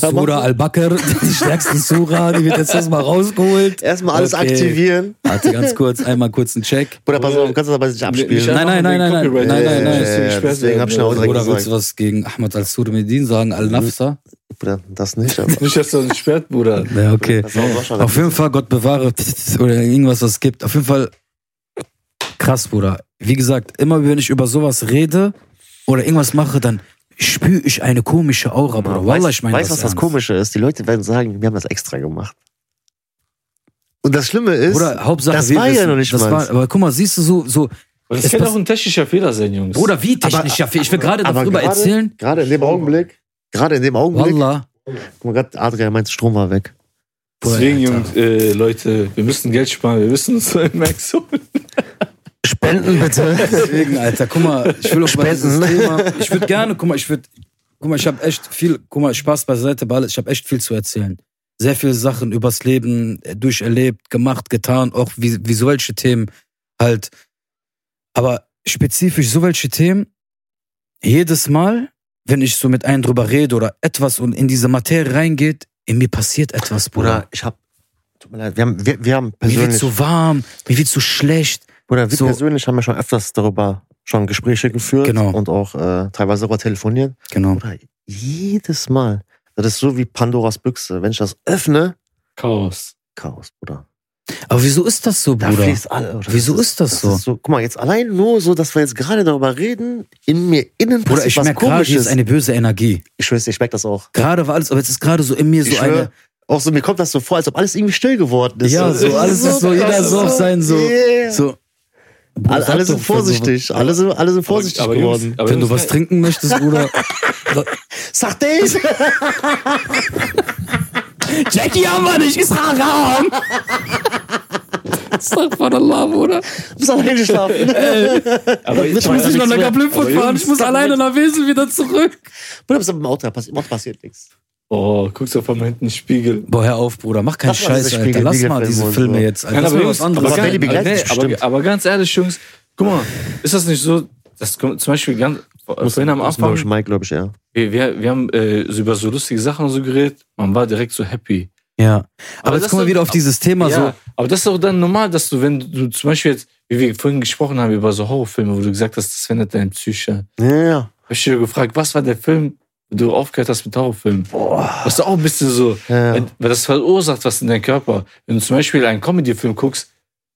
Sura Al-Bakr, die stärkste Sura, die wird jetzt erstmal rausgeholt.
Erstmal alles
Okay.
aktivieren.
Warte, ganz kurz, einmal kurz einen Check.
Bruder, pass auf, du kannst das aber nicht abspielen.
Nicht einfach
Nein, nein,
wegen
nein, nein,
Copyright.
nein, nein,
Äh,
nein,
dass du nicht
äh,
sperrst
deswegen
werden.
hab ich auch direkt-
Oder willst du was gegen Ahmad al-Surmedin sagen, Al-Nafsa?
Bruder, das nicht, aber.
Nicht, dass du uns sperrt, Bruder.
Ja, okay.
Das war auch schon
Auf jeden Fall, Gott bewahre, oder irgendwas, was es gibt. Auf jeden Fall, krass, Bruder. Wie gesagt, immer wenn ich über sowas rede oder irgendwas mache, dann spüre ich eine komische Aura, Bruder. Wallah,
weißt,
ich meine
weißt du, was das
ernst.
Komische ist? Die Leute werden sagen, wir haben das extra gemacht. Und das Schlimme ist,
Bruder, Hauptsache,
das
wir
war ja
wissen,
noch nicht
das
mal.
war, Aber guck mal, siehst du so, so
Das
Es
kann
pass-
auch ein technischer Fehler sein, Jungs.
Bruder, wie technisch, ja, ich will gerade
aber
darüber
gerade-
erzählen.
gerade in dem Augenblick, gerade in dem Augenblick,
Wallah.
guck mal, gerade Adrian meint, Strom war weg.
Deswegen,
Bruder,
Jungs, äh, Leute, wir müssen Geld sparen, wir müssen uns einen Max holen.
Spenden bitte.
Deswegen, Alter, guck mal, ich will auch über dieses
Spenden.
Thema. Ich würde gerne, guck mal, ich würde, guck mal, ich habe echt viel, guck mal, Spaß beiseite, Ball, ich habe echt viel zu erzählen. Sehr viele Sachen übers Leben äh, durcherlebt, gemacht, getan, auch wie, wie so welche Themen halt. Aber spezifisch so welche Themen, jedes Mal, wenn ich so mit einem drüber rede oder etwas und in diese Materie reingeht, in mir passiert etwas, Bruder.
Bruder, ich hab, tut mir leid, wir haben, wir, wir haben
Mir wird
persönlich,
zu warm, mir wird zu schlecht.
Bruder, wir
so-
persönlich haben ja schon öfters darüber schon Gespräche geführt
Genau.
und auch äh, teilweise darüber telefoniert.
Genau.
Bruder, jedes Mal, das ist so wie Pandoras Büchse. Wenn ich das öffne,
Chaos.
Chaos, Bruder.
Aber wieso ist das so,
Da
Bruder?
fließt alle. Oder?
Wieso ist das so?
Ist so? Guck mal, jetzt allein nur so, dass wir jetzt gerade darüber reden, in mir innen
Bruder, ich
was
merke gerade, hier ist eine böse Energie.
ich schwör's, dir, ich merk das auch.
Gerade war alles, aber jetzt ist gerade so in mir so
ich schwör,
eine.
auch so, mir kommt das so vor, als ob alles irgendwie still geworden ist.
Ja,
Das
so alles ist so, jeder
krass.
ist so auf sein, so.
Yeah.
So.
alle, alle sind vorsichtig, alle, sind, alle sind vorsichtig
aber Jungs,
geworden.
aber
Wenn du
Jungs,
was trinken möchtest, Bruder.
Sag das!
Jackie haben wir nicht, ist Haram! Sag von Allah, Bruder.
Du bist alleine geschlafen.
aber also,
Damit muss ich noch nach Gablümpfurt
Aber Jungs,
nach Wesel wieder zurück.
Bruder, bist im Auto, pass- im Auto passiert nichts.
Oh, guckst du von hinten in den Spiegel.
Boah, hör auf, Bruder, mach keinen
Lass mal diese
Scheiß, Alter.
Spiegel-
Lass mal
Spiegelfilme
diese
und
Filme
so.
jetzt, Alter.
Nein,
Lass
aber,
mal
Jungs,
was anderes.
aber,
Bailey
ganz, aber,
begleitet
nee,
dich
aber,
bestimmt.
aber ganz ehrlich, Jungs, guck mal, ist das nicht so, dass zum Beispiel ganz, vorhin am
Glaub ich,
Anfang,
Mike, glaube ich, ja.
wir, wir, wir haben äh, so über so lustige Sachen und so geredet, man war direkt so happy.
Ja. Aber,
Aber
jetzt
das
kommen wir
ist-
wieder auf dieses Thema
ja,
so.
aber das ist doch dann normal, dass du, wenn du zum Beispiel jetzt, wie wir vorhin gesprochen haben über so Horrorfilme, wo du gesagt hast, das verändert deinen Psyche.
Ja, ja.
Hab ich dir gefragt, was war der Film, wo du aufgehört hast mit Horrorfilmen?
Boah.
Das ist auch ein bisschen so,
Ja, ja.
wenn- weil das verursacht was in deinem Körper. Wenn du zum Beispiel einen Comedy-Film guckst,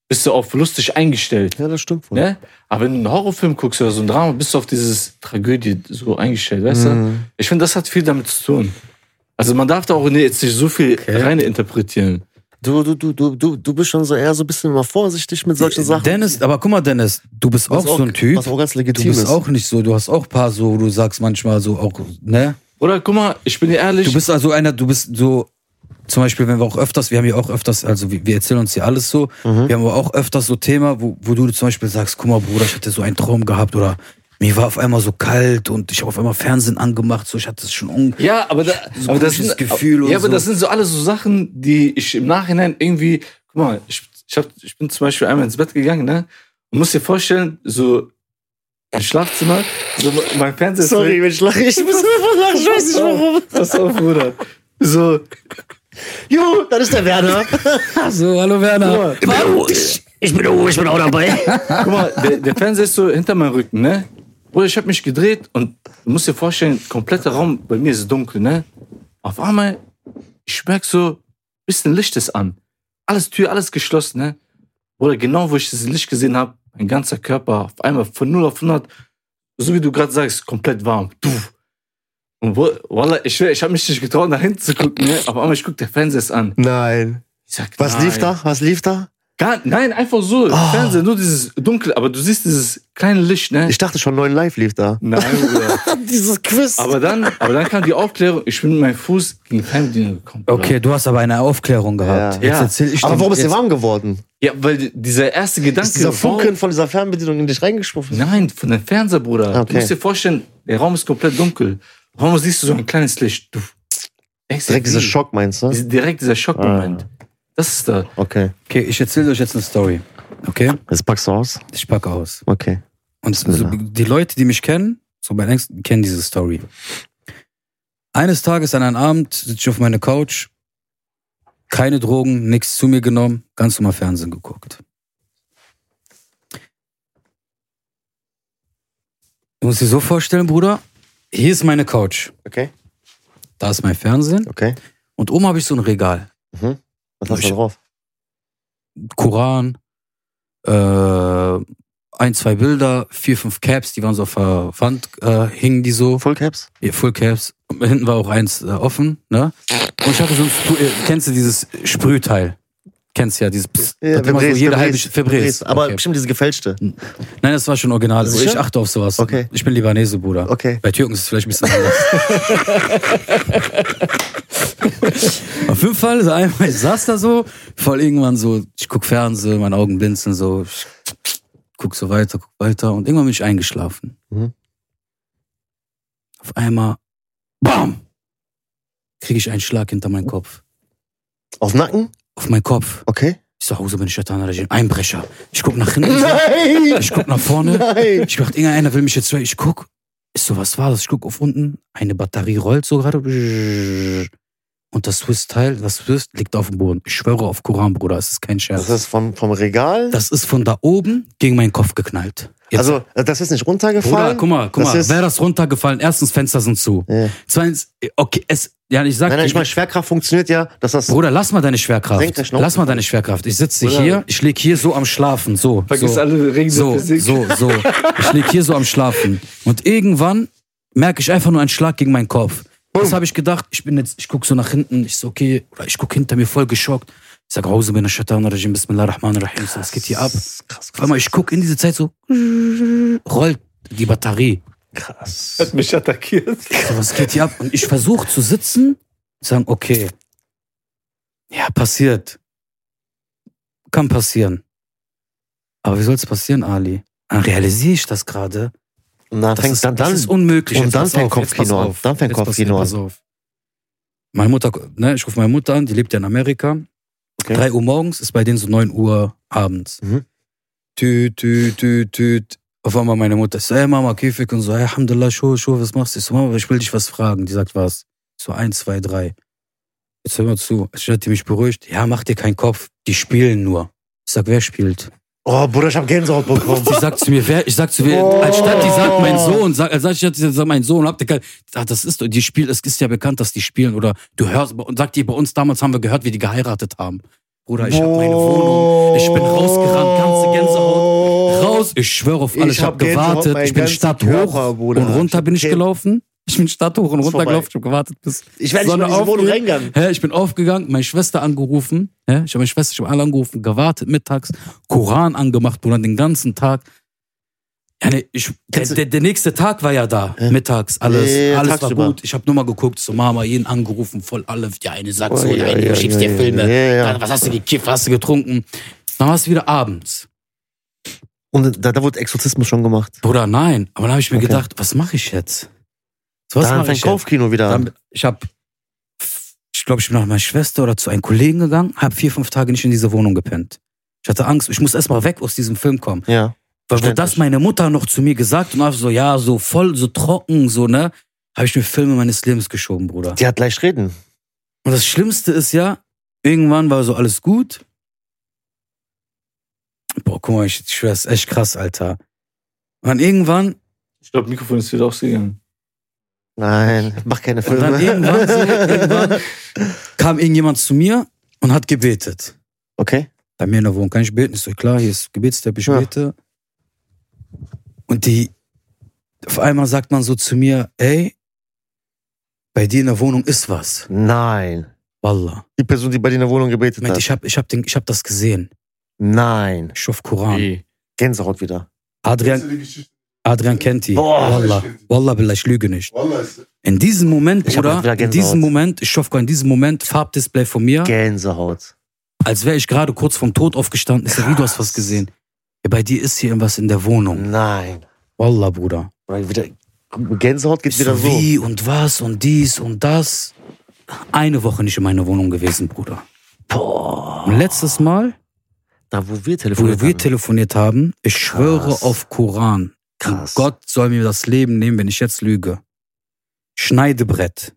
bist du auf lustig eingestellt.
ja das stimmt wohl.
Ne? Aber wenn du einen Horrorfilm guckst oder so ein Drama, bist du auf dieses Tragödie so eingestellt, weißt du?
Mhm.
Ich finde, das hat viel damit zu tun. Also man darf da auch jetzt nicht so viel
Okay.
rein interpretieren.
Du, du, du, du, du, du bist schon so eher so ein bisschen immer vorsichtig mit solchen Sachen.
Dennis, aber guck mal, Dennis, du bist auch,
Was
so ein Typ.
Was auch ganz
Du
legitim
bist
ist.
auch nicht so, du hast auch paar so, wo du sagst manchmal so auch, ne?
Oder guck mal, ich bin dir ehrlich,
Du bist also einer, du bist so, zum Beispiel, wenn wir auch öfters, wir haben ja auch öfters, also wir, wir erzählen uns hier alles so,
Mhm.
wir haben aber auch öfters so Thema, wo, wo du zum Beispiel sagst, guck mal, Bruder, ich hatte so einen Traum gehabt oder mir war auf einmal so kalt und ich habe auf einmal Fernsehen angemacht, so ich hatte es schon un
Ja, aber, da,
So
aber das
komisches
sind,
Gefühl und
Ja, aber
so.
das sind so alles so Sachen, die ich im Nachhinein irgendwie. Guck mal, ich, ich, hab, ich bin zum Beispiel einmal ins Bett gegangen, ne? Und muss dir vorstellen, so im Schlafzimmer, so mein Fernseher. ist-
Sorry, wenn ich lache, ich muss einfach lachen, ich weiß nicht warum.
Pass auf, Bruder. So,
Jo, dann ist der Werner.
So, hallo Werner.
Ich bin Uwe, ich bin auch dabei.
guck mal, der, der Fernseher ist so hinter meinem Rücken, ne? Bruder, ich hab mich gedreht und du musst dir vorstellen, kompletter Raum bei mir ist dunkel, ne? Auf einmal, ich merk so, bisschen Licht ist an. Alles Tür, alles geschlossen, ne? Bruder, genau wo ich das Licht gesehen hab, mein ganzer Körper auf einmal von 0 auf 100, so wie du gerade sagst, komplett warm. Du. Und wo, wallah, ich schwör, ich hab mich nicht getraut, nach hinten zu gucken, ne? Auf einmal, ich guck, der Fernseher ist an.
Nein.
Ich sag,
Was
nein.
lief da? Was lief da?
Gar, nein, einfach so.
Oh.
Fernsehen, nur dieses dunkel, aber du siehst dieses kleine Licht, ne?
Ich dachte schon, neun live lief da.
Nein, Bruder.
Dieses Quiz.
aber dann, aber dann kam die Aufklärung, ich bin mit meinem Fuß gegen Fernbedienung gekommen. Bruder.
Okay, du hast aber eine Aufklärung gehabt.
Ja.
Jetzt
Ja.
erzähl ich
Aber
dir-
warum ist
jetzt,
der warm geworden?
Ja, weil die- dieser erste Gedanke.
Ist dieser Funken
warum-
von dieser Fernbedienung in dich reingeschwuffen?
Nein, von dem Fernseher, Bruder.
Okay.
Du musst dir vorstellen, der Raum ist komplett dunkel. Warum siehst du so ein kleines Licht? Du. Denkst dir,
Direkt dieser
wie?
Schock, meinst du?
Diese- Direkt dieser Schockmoment. Das ist da.
Okay.
Okay, ich erzähle euch jetzt eine Story. Okay?
Jetzt packst du aus?
Ich packe aus.
Okay.
Und so,
Ja.
die Leute, die mich kennen, so mein Ängsten, kennen diese Story. Eines Tages an einem Abend sitze ich auf meiner Couch, keine Drogen, nichts zu mir genommen, ganz normal Fernsehen geguckt. Du musst dir so vorstellen, Bruder, hier ist meine Couch,
Okay.
da ist mein Fernsehen
Okay.
und oben habe ich so ein Regal.
Was hast du da drauf?
Koran, äh, ein, zwei Bilder, vier, fünf Caps, die waren so auf der Wand, äh, hingen die so.
Vollcaps?
Ja, Full Caps. Und Hinten war auch eins äh, offen, ne? Und ich hatte so ein, Sprü- äh, kennst du dieses Sprühteil? Kennst ja, dieses Psst, das immer so jede halbe Febres.
Aber
okay.
bestimmt diese gefälschte.
Nein, das war schon original. Also ich
Sicher?
achte auf sowas.
Okay.
Ich bin Libanese, Bruder.
Okay.
Bei Türken ist es vielleicht ein bisschen anders. auf jeden Fall, so einmal, ich saß da so, voll irgendwann so, ich guck Fernsehen, meine Augen blinzeln so, ich guck so weiter, guck weiter und irgendwann bin ich eingeschlafen.
Mhm.
Auf einmal, bam, kriege ich einen Schlag hinter meinen Kopf.
Auf den Nacken?
Auf meinen Kopf.
Okay.
Ich sag, Hause bin ich Shaitan Rajim, Einbrecher. Ich guck nach hinten,
Nein!
ich guck nach vorne.
Nein!
Ich dachte, irgendeiner will mich jetzt. Ich guck, ist so, was war das? Ich guck auf unten, eine Batterie rollt so gerade. Und das Swiss-Teil, das Swiss liegt auf dem Boden. Ich schwöre auf Koran, Bruder, es ist kein
Das
Scherz.
ist vom, vom Regal.
Das ist von da oben gegen meinen Kopf geknallt. Jetzt.
also, das ist nicht
Bruder,
runtergefallen.
guck mal, guck
Das
mal,
ist-
wäre das runtergefallen, erstens, Fenster sind zu.
Ja.
Zweitens, okay, es, ja, ich sag,
Nein, nein, ich
ich-
meine, Schwerkraft funktioniert ja, dass das.
Bruder, lass mal deine Schwerkraft.
Senkrecht nach unten.
Lass mal deine Schwerkraft. Ich sitze
Bruder.
hier, ich lieg hier so am Schlafen, so.
Vergiss
so.
alle Regeln
So,
der Physik.
so, so. Ich lieg hier so am Schlafen. Und irgendwann merke ich einfach nur einen Schlag gegen meinen Kopf. Das habe ich gedacht. Ich bin jetzt, ich guck so nach hinten. Ich so, okay, oder ich guck hinter mir voll geschockt. Ich sag, Hause bin Shaitan Rajim, Bismillahirrahmanirrahim. So, was geht hier ab?
Krass, krass,
Auf einmal, ich guck in diese Zeit so, rollt die Batterie.
krass.
Hat mich attackiert.
So, was geht hier ab? Und ich versuche zu sitzen, sagen, okay. Ja, passiert. Kann passieren. Aber wie soll's passieren, Ali? Dann realisiere ich das gerade.
Und dann
Das
fängt
ist,
dann, dann
das ist unmöglich.
und
Jetzt
dann
pass
fängt
auf, jetzt
Kopfkino
pass
an.
auf,
Dann fängt
jetzt pass-
Kopfkino
pass auf. Meine Mutter, ne, ich rufe meine Mutter an, die lebt ja in Amerika.
Okay.
3 Uhr morgens ist bei denen so 9 Uhr abends.
Mhm.
Tüt, tüt, tüt, tüt. Auf einmal meine Mutter, ich so, hey Mama, Käfig und so, hey, Alhamdulillah, Schuh, Schuh, was machst du? Ich so, Mama, ich will dich was fragen. Die sagt, was? Ich so, eins, zwei, drei. Jetzt hör mal zu. Ich hat die mich beruhigt. Ja, mach dir keinen Kopf. Die spielen nur. Ich sag, wer spielt?
oh, Bruder, ich hab Gänsehaut bekommen.
Sie sagt zu mir, wer, ich sag zu mir,
Oh.
anstatt die sagt mein Sohn, sag, als ich jetzt sag mein Sohn, habt ihr kein, ach, das ist, doch- die spielen, es ist ja bekannt, dass die spielen oder du hörst, und sagt ihr, bei uns damals haben wir gehört, wie die geheiratet haben. Bruder, ich hab meine Wohnung, ich bin rausgerannt, ganze Gänsehaut,
Oh.
raus, ich schwöre auf alles,
Ich
ich hab
hab Gänsehaut,
gewartet,
mein
ich bin
ganzer
stadthoch
Körper,
und
Bruder. Ich
runter
hab
bin ich
Ke-
gelaufen. Ich bin stadthoch und
Ist
runter
vorbei.
gelaufen, ich hab gewartet bis
Ich werde nicht
Sonne
mal in diese Wohnung
aufgeht.
reingegangen.
Hä, ich bin aufgegangen, meine Schwester angerufen. Hä, ich habe meine Schwester, ich habe alle angerufen, gewartet mittags, Koran angemacht, Bruder, den ganzen Tag. Ja, nee, ich, der,
Kennst du-
der, der nächste Tag war ja da,
Hä?
mittags, alles,
Ja, ja, ja,
alles
tagsüber.
war gut. Ich habe nur mal geguckt, so Mama, jeden angerufen, voll alle, der eine sagt so,
Oh,
der
ja,
eine,
ja,
du schiebst
ja,
dir
ja,
Filme,
ja, ja.
Dann, was hast du gekifft, was hast du getrunken. Dann war es wieder abends.
Und da, da wurde Exorzismus schon gemacht.
Bruder, nein. Aber dann habe ich mir
Okay.
gedacht, was mache ich jetzt? So, was
dann
mache ich
fängt
jetzt?
Kopfkino wieder an.
Dann, ich habe, ich glaube, ich bin nach meiner Schwester oder zu einem Kollegen gegangen, habe vier, fünf Tage nicht in diese Wohnung gepennt. Ich hatte Angst, ich muss erstmal weg aus diesem Film kommen.
Ja.
Weil wo
Verständlich.
das meine Mutter noch zu mir gesagt und einfach so, ja, so voll, so trocken, so, ne, habe ich mir Filme meines Lebens geschoben, Bruder.
Die hat leicht reden.
Und das Schlimmste ist ja, irgendwann war so alles gut. Boah, guck mal, ich, ich schwör, das ist echt krass, Alter. Und dann irgendwann
Ich glaube, Mikrofon ist wieder ausgegangen.
Nein, mach keine
Und
Filme.
dann irgendwann, so, irgendwann kam irgendjemand zu mir und hat gebetet.
okay.
Bei mir in der Wohnung kann ich beten. Ich so, klar, hier ist Gebetsteppich, ich
Ja.
bete. Und die, auf einmal sagt man so zu mir, ey, bei dir in der Wohnung ist was.
Nein.
Wallah.
Die Person, die bei dir in der Wohnung gebetet
Meint,
hat.
ich hab, ich hab, den, ich hab das gesehen.
Nein.
Ich hoffe Koran.
Ey.
Gänsehaut wieder.
Adrian, Adrian kennt die.
Boah.
Wallah. Wallah, billah, ich lüge nicht. In diesem Moment,
Ich hab grad
Bruder,
wieder
in diesem
Gänsehaut.
Moment, ich hoffe, in diesem Moment, Farbdisplay von mir.
Gänsehaut.
als wäre ich gerade kurz vom Tod aufgestanden. Ich sag, wie, du hast was gesehen. Ja, bei dir ist hier irgendwas in der
Mhm.
Wohnung.
Nein.
Wallah, Bruder.
Oder wieder, Gänsehaut geht
Ich
wieder
so,
so.
wie und was und dies und das. Eine Woche nicht in meiner Wohnung gewesen, Bruder.
Boah.
Und letztes Mal,
Da, wo wir
wo wir
telefoniert haben.
telefoniert haben, ich schwöre
Krass.
auf Koran.
Krass.
Gott soll mir das Leben nehmen, wenn ich jetzt lüge. Schneidebrett.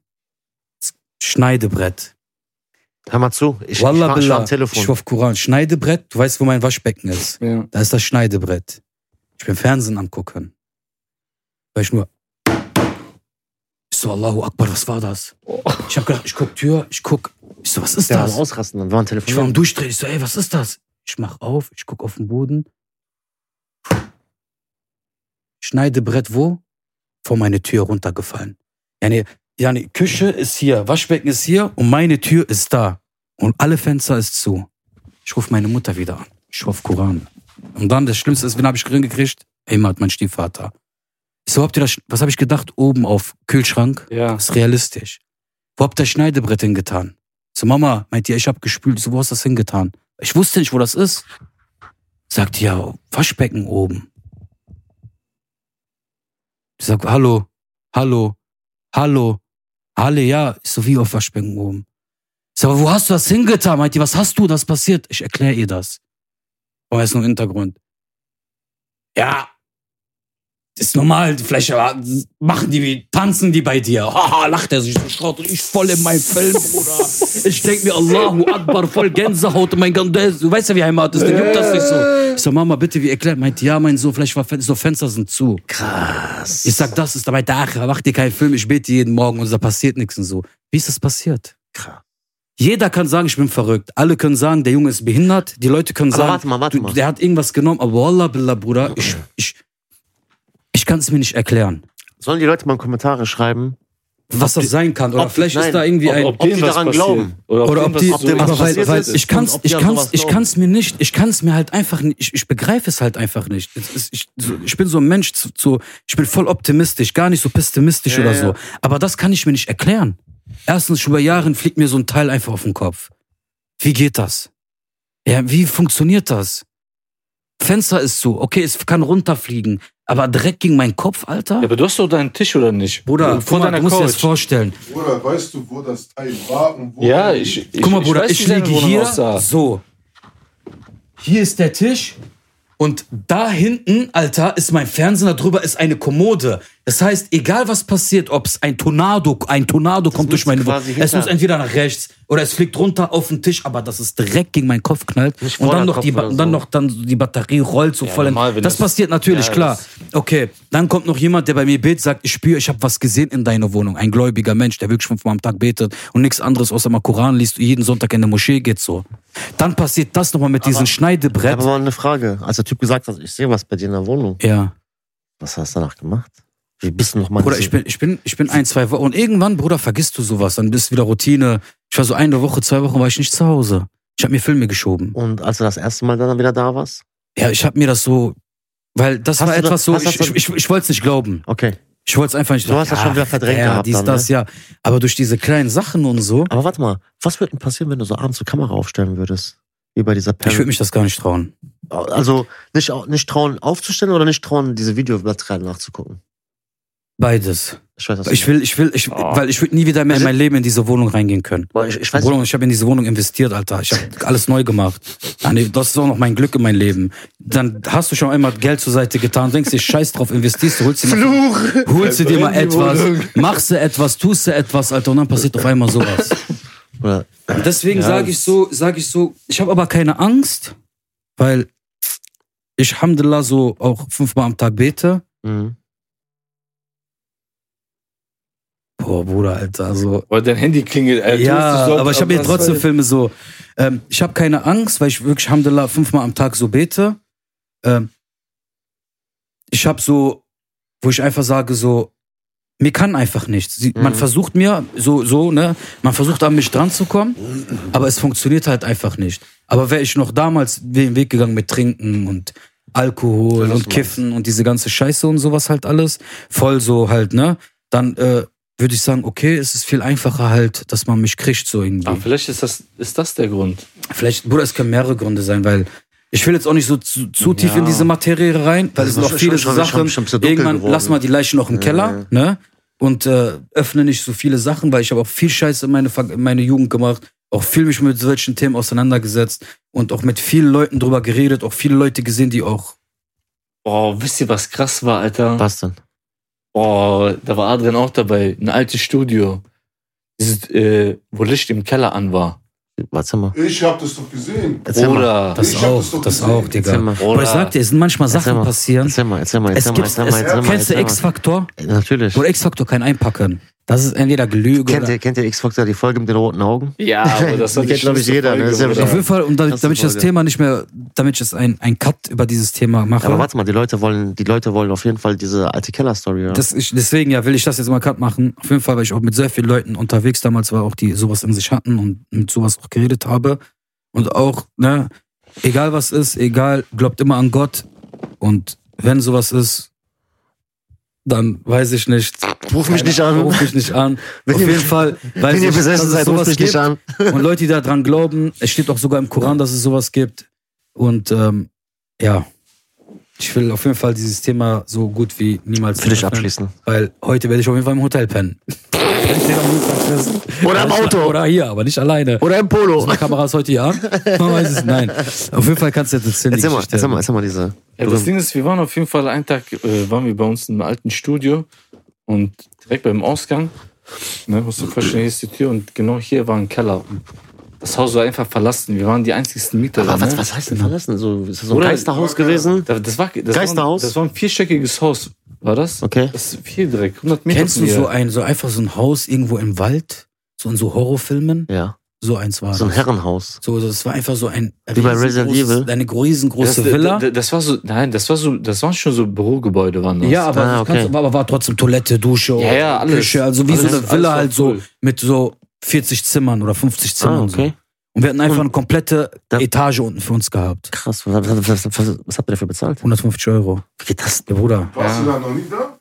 Schneidebrett.
Hör mal zu.
Wallah,
Ich, ich, war, ich war
billah.
am Telefon.
Ich schwör auf Koran. Schneidebrett, du weißt, wo mein Waschbecken ist.
Ja.
Da ist das Schneidebrett. Ich bin Fernsehen angucken. Weil ich nur. Ich so, Allahu Akbar, was war das? Ich hab gedacht, ich guck Tür, ich guck. Ich so, was ist
der war am
das?
Ausrasten. dann. Wir waren
Ich war
telefoniert.
am Durchdrehen. Ich so, ey, was ist das? Ich mach auf, ich guck auf den Boden. Schneidebrett wo? Vor meine Tür runtergefallen. Yani, yani Küche ist hier, Waschbecken ist hier und meine Tür ist da. Und alle Fenster ist zu. Ich rufe meine Mutter wieder an. Ich rufe Koran. Und dann, das Schlimmste ist, wen habe ich drin gekriegt? Immer hat mein Stiefvater. Ich so, habt ihr das, Sch- was habe ich gedacht? Oben auf Kühlschrank?
Ja.
Das ist realistisch. Wo habt ihr Schneidebrett hingetan? So, Mama, meint ihr, ich hab gespült. So, wo hast du das hingetan? Ich wusste nicht, wo das ist. Sagt die, ja, Waschbecken oben. Ich sag, hallo, hallo, hallo, alle, ja. Ich so, wie auf Waschbecken oben? Ich sag, aber wo hast du das hingetan? Meint die, was hast du, das passiert? Ich erkläre ihr das. Aber ist nur im Hintergrund. Ja, ist normal, die Fläche machen die wie, tanzen die bei dir. Haha, lacht er sich so schrott und ich voll in meinem Film, Bruder. Ich denk mir, Allahu Akbar, voll Gänsehaut, mein Gott, du weißt ja, wie Heimat ist, dann juckt das nicht so. Ich sag, Mama, bitte, wie erklärt? Meint, ja, mein Sohn, vielleicht war Fen so Fenster sind zu.
Krass.
Ich sag, das ist dabei der Acher, mach dir keinen Film, ich bete jeden Morgen und da passiert nichts und so. Wie ist das passiert?
Krass.
Jeder kann sagen, ich bin verrückt. Alle können sagen, der Junge ist behindert. Die Leute können
Aber
sagen,
warte mal, warte
du,
mal.
der hat irgendwas genommen. Aber Wallah, Billah, Bruder, ich, ich, ich kann es mir nicht erklären.
Sollen die Leute mal in Kommentare schreiben,
was das sein kann. Oder
ob-
vielleicht
nein,
ist da irgendwie ein.
ob die daran glauben.
Oder ob,
oder ob die.
denen was so
dem
aber
ist.
weil,
passiert
weil
ist
ich
und
kann's,
ob die
ich
an
kann's,
sowas
ich
glauben.
kann's mir nicht, ich kann's mir halt einfach nicht, ich, ich begreife es halt einfach nicht. Es ist, ich, so, ich bin so ein Mensch, so, so, ich bin voll optimistisch, gar nicht so pessimistisch
Ja,
oder
ja.
so. Aber das kann ich mir nicht erklären. Erstens, über Jahren fliegt mir so ein Teil einfach auf den Kopf. Wie geht das? Ja, wie funktioniert das? Fenster ist zu, okay, es kann runterfliegen, aber Dreck gegen meinen Kopf, Alter?
Ja, aber du hast doch deinen Tisch, oder nicht? Äh,
Bruder,
vor
guck mal,
deiner
du musst dir das
Couch.
vorstellen.
Bruder, weißt du, wo das Teil war und wo?
Ja, ich, ich.
Guck mal, Bruder,
weiß,
ich,
wie deine
liege
Wohnung
hier
aussah.
so. Hier ist der Tisch und da hinten, Alter, ist mein Fernseher, darüber ist eine Kommode. Das heißt, egal was passiert, ob es ein Tornado, ein Tornado kommt durch
muss
meine Wohnung,
quasi
es
hinter-
muss entweder nach rechts oder es fliegt runter auf den Tisch, aber dass es direkt gegen meinen Kopf knallt
Nicht
und dann noch,
Vorderkopf
die, ba
oder so.
dann noch dann die Batterie rollt so voll.
normal,
in,
wenn
das
das-
passiert natürlich,
Ja,
klar.
das-
Okay, dann kommt noch jemand, der bei mir betet, sagt, ich spüre, ich habe was gesehen in deiner Wohnung. Ein gläubiger Mensch, der wirklich fünfmal am Tag betet und nichts anderes außer mal Koran liest und jeden Sonntag in der Moschee geht so. Dann passiert das nochmal mit diesem
Ich
Schneidebrett.
habe mal eine Frage. Als der Typ gesagt hat, ich sehe was bei dir in der Wohnung,
ja.
was hast du danach gemacht? Wie bist du nochmal
Bruder, ich bin, ich bin, ich bin ein, zwei Wochen. Und irgendwann, Bruder, vergisst du sowas. Dann bist du wieder Routine. Ich war so eine Woche, zwei Wochen war ich nicht zu Hause. Ich habe mir Filme geschoben.
Und als du das erste Mal dann wieder da warst?
Ja, ich habe mir das so, weil das
Hast
war
du das-
etwas so,
hast du
ich,
das-
ich, ich, ich wollte es nicht glauben.
Okay.
Ich wollte es einfach nicht
Du hast das schon wieder verdrängt
ja,
gehabt
dies,
dann, ne?
das, ja. Aber durch diese kleinen Sachen und so,
Aber warte mal, was würde denn passieren, wenn du so abends eine Kamera aufstellen würdest? Wie bei dieser
ich würde
Parent.
mich das gar nicht trauen.
Also nicht, au- nicht trauen aufzustellen oder nicht trauen, diese Videoblattreihen nachzugucken?
Beides.
Ich weiß, was du
Ich will, ich will, ich, weil ich würde nie wieder mehr in
Also-
mein Leben in diese Wohnung reingehen können.
Boah, ich, ich weiß
Wohnung, ich habe in diese Wohnung investiert, Alter. Ich habe alles neu gemacht. Ah, nee, Das ist auch noch mein Glück in mein Leben. Dann hast du schon einmal Geld zur Seite getan, denkst dir, scheiß drauf, investierst, du, holst dir mal, holst du dir mal etwas, machst du etwas, tust du etwas, Alter, und dann passiert auf einmal sowas.
Oder,
Und Deswegen sage ich so, sage ich so, ich habe aber keine Angst, weil ich, Alhamdulillah, so auch fünfmal am Tag bete.
mhm.
Boah, Bruder, Alter, also
Weil dein Handy klingelt.
Äh,
Alter, du
Ja,
hast gesagt,
aber ich habe mir
um
das
trotzdem
war-
Filme so. Ähm, ich habe keine Angst, weil ich wirklich, Alhamdulillah, fünfmal am Tag so bete. Ähm, ich habe so, wo ich einfach sage, so, mir kann einfach nichts. Sie, Man
Mhm.
versucht mir, so, so, ne, man versucht an mich dran zu kommen, aber es funktioniert halt einfach nicht. Aber wäre ich noch damals den Weg gegangen mit Trinken und Alkohol
Ja, was
und
du
Kiffen und diese ganze Scheiße und sowas halt alles, voll so halt, ne, dann äh, würde ich sagen, okay, es ist viel einfacher halt, dass man mich kriegt so irgendwie.
Ah, vielleicht ist das, ist das der Grund.
Vielleicht, Bruder, es können mehrere Gründe sein, weil ich will jetzt auch nicht so zu, zu tief
Ja.
in diese Materie rein, weil
Das
es sind
ist
noch
schon-
viele
schon- schon-
Sachen.
schon ein bisschen dunkel
Irgendwann
geworden.
lass mal die Leichen noch im Keller, ne? Und äh, öffne nicht so viele Sachen, weil ich habe auch viel Scheiße in meine, Ver- in meine Jugend gemacht, auch viel mich mit solchen Themen auseinandergesetzt und auch mit vielen Leuten drüber geredet, auch viele Leute gesehen, die auch.
Boah, wisst ihr, was krass war, Alter?
Was denn?
Boah, da war Adrian auch dabei. Ein altes Studio. Dieses, äh, wo Licht im Keller an war.
Warte mal.
Ich hab das doch gesehen.
Erzähl mal.
Oder.
Das
Ich hab das
auch,
doch
das
gesehen.
auch,
Erzähl
Digga.
mal.
Aber ich sag dir, es sind manchmal
Erzähl
Sachen
mal.
passieren.
Erzähl mal, erzähl mal,
Es
erzähl mal,
gibt,
erzähl mal,
es,
erzähl mal.
kennst du
erzähl mal.
X-Faktor?
Natürlich.
Oder X-Faktor kann einpacken. Das ist entweder Lüge
Kennt
oder.
ihr, kennt ihr X-Factor die Folge mit den roten Augen?
Ja, aber das war
Die kennt, glaub ich,
schlimmste
jeder, ne?
Folge,
Ist ja
Bruder.
bestimmt-
Auf jeden Fall, und damit,
Krasse
damit ich das
Folge.
Thema nicht mehr, damit ich jetzt ein, ein Cut über dieses Thema mache.
Aber warte mal, die Leute wollen, die Leute wollen auf jeden Fall diese alte Keller-Story. hören.
das, ich, deswegen ja, will ich das jetzt mal cut machen. Auf jeden Fall, weil ich auch mit sehr vielen Leuten unterwegs damals war, auch die sowas in sich hatten und mit sowas auch geredet habe. Und auch, ne, egal was ist, egal, glaubt immer an Gott. Und wenn sowas ist, dann weiß ich nicht.
Ruf mich nicht an.
Ruf mich nicht an.
Wenn
Auf
ihr-
jeden Fall. weiß
Wenn ihr
ich, dass
besessen
es
seid,
sowas
ruft mich
gibt.
nicht an.
Und Leute, die daran glauben, es steht auch sogar im Koran, dass es sowas gibt. Und ähm, ja, ich will auf jeden Fall dieses Thema so gut wie niemals
Für dich
öffnen,
abschließen.
Weil heute werde ich auf jeden Fall im Hotel pennen.
Oder im Auto.
Oder hier, aber nicht alleine.
Oder im Polo.
Die Kamera ist heute hier an. Man weiß es. Nein. Auf jeden Fall kannst du jetzt erzählen. die
Erzähl mal,
Geschichte.
erzähl mal, erzähl mal diese.
Ja,
Also-
das Ding ist, wir waren auf jeden Fall einen Tag, äh, waren wir bei uns im alten Studio und direkt beim Ausgang, ne, musst du dir vorstellen, hier ist die Tür und genau hier war ein Keller. Das Haus war einfach verlassen. Wir waren die einzigsten Mieter
Aber
da.
was,
ne?
was heißt denn verlassen? So, ist das so ein
Oder-
Geisterhaus gewesen?
Da- Das war, das
Geisterhaus?
War, das war ein vierstöckiges Haus, war das?
Okay.
Das ist viel direkt, 100 Meter.
Kennst
von
du
hier.
so ein, so einfach so ein Haus irgendwo im Wald? So in so Horrorfilmen?
Ja.
So eins war
So ein
das.
Herrenhaus.
So, das war einfach so ein
Wie bei Resident
riesengroßes-
Evil.
eine riesengroße
das,
Villa.
Das, das war so, nein, das war so, das waren schon so Bürogebäude, waren das.
Ja, aber,
Ah,
das
okay.
kannst, du- aber war trotzdem Toilette, Dusche,
Ja, ja, alles.
Küche. Also wie
Alles-
so eine
alles
Villa
war
halt so
cool.
mit so 40 Zimmern oder 50 Zimmern.
Ah,
und
okay.
so. Und wir hatten einfach
Und-
eine komplette
Da-
Etage unten für uns gehabt.
Krass. Was, was, was, was, was habt ihr dafür bezahlt?
150 Euro.
Wie geht das denn?
Ja, Bruder.
Warst
Ja.
du da noch nie da?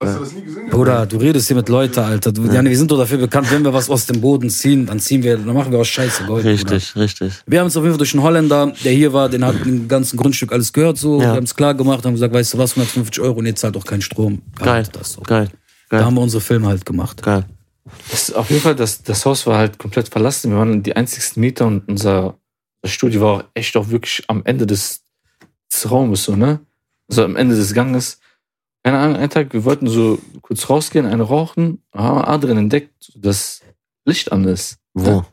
Hast du das nie gesehen?
Bruder, du redest hier mit Leuten, Alter. Du, ja. Wir sind doch dafür bekannt, wenn wir was aus dem Boden ziehen, dann ziehen wir, dann machen wir aus Scheiße Gold. Bruder.
Richtig, richtig.
Wir haben es auf jeden Fall durch einen Holländer, der hier war, den hat den ganzen Grundstück alles gehört, so.
Ja.
Wir haben es klar gemacht, haben gesagt, weißt du was, 150 Euro und jetzt zahlt auch keinen Strom.
Geil.
Das so.
Geil.
Da
Geil.
haben wir unsere Filme halt gemacht.
Geil.
Das, auf jeden Fall, das, das Haus war halt komplett verlassen. Wir waren die einzigsten Mieter und unser das Studio war auch echt auch wirklich am Ende des, des Raumes, so, ne? Also am Ende des Ganges. Keine Ahnung, einen Tag, wir wollten so kurz rausgehen, eine rauchen, haben Adrian entdeckt, dass Licht an ist.
Wo?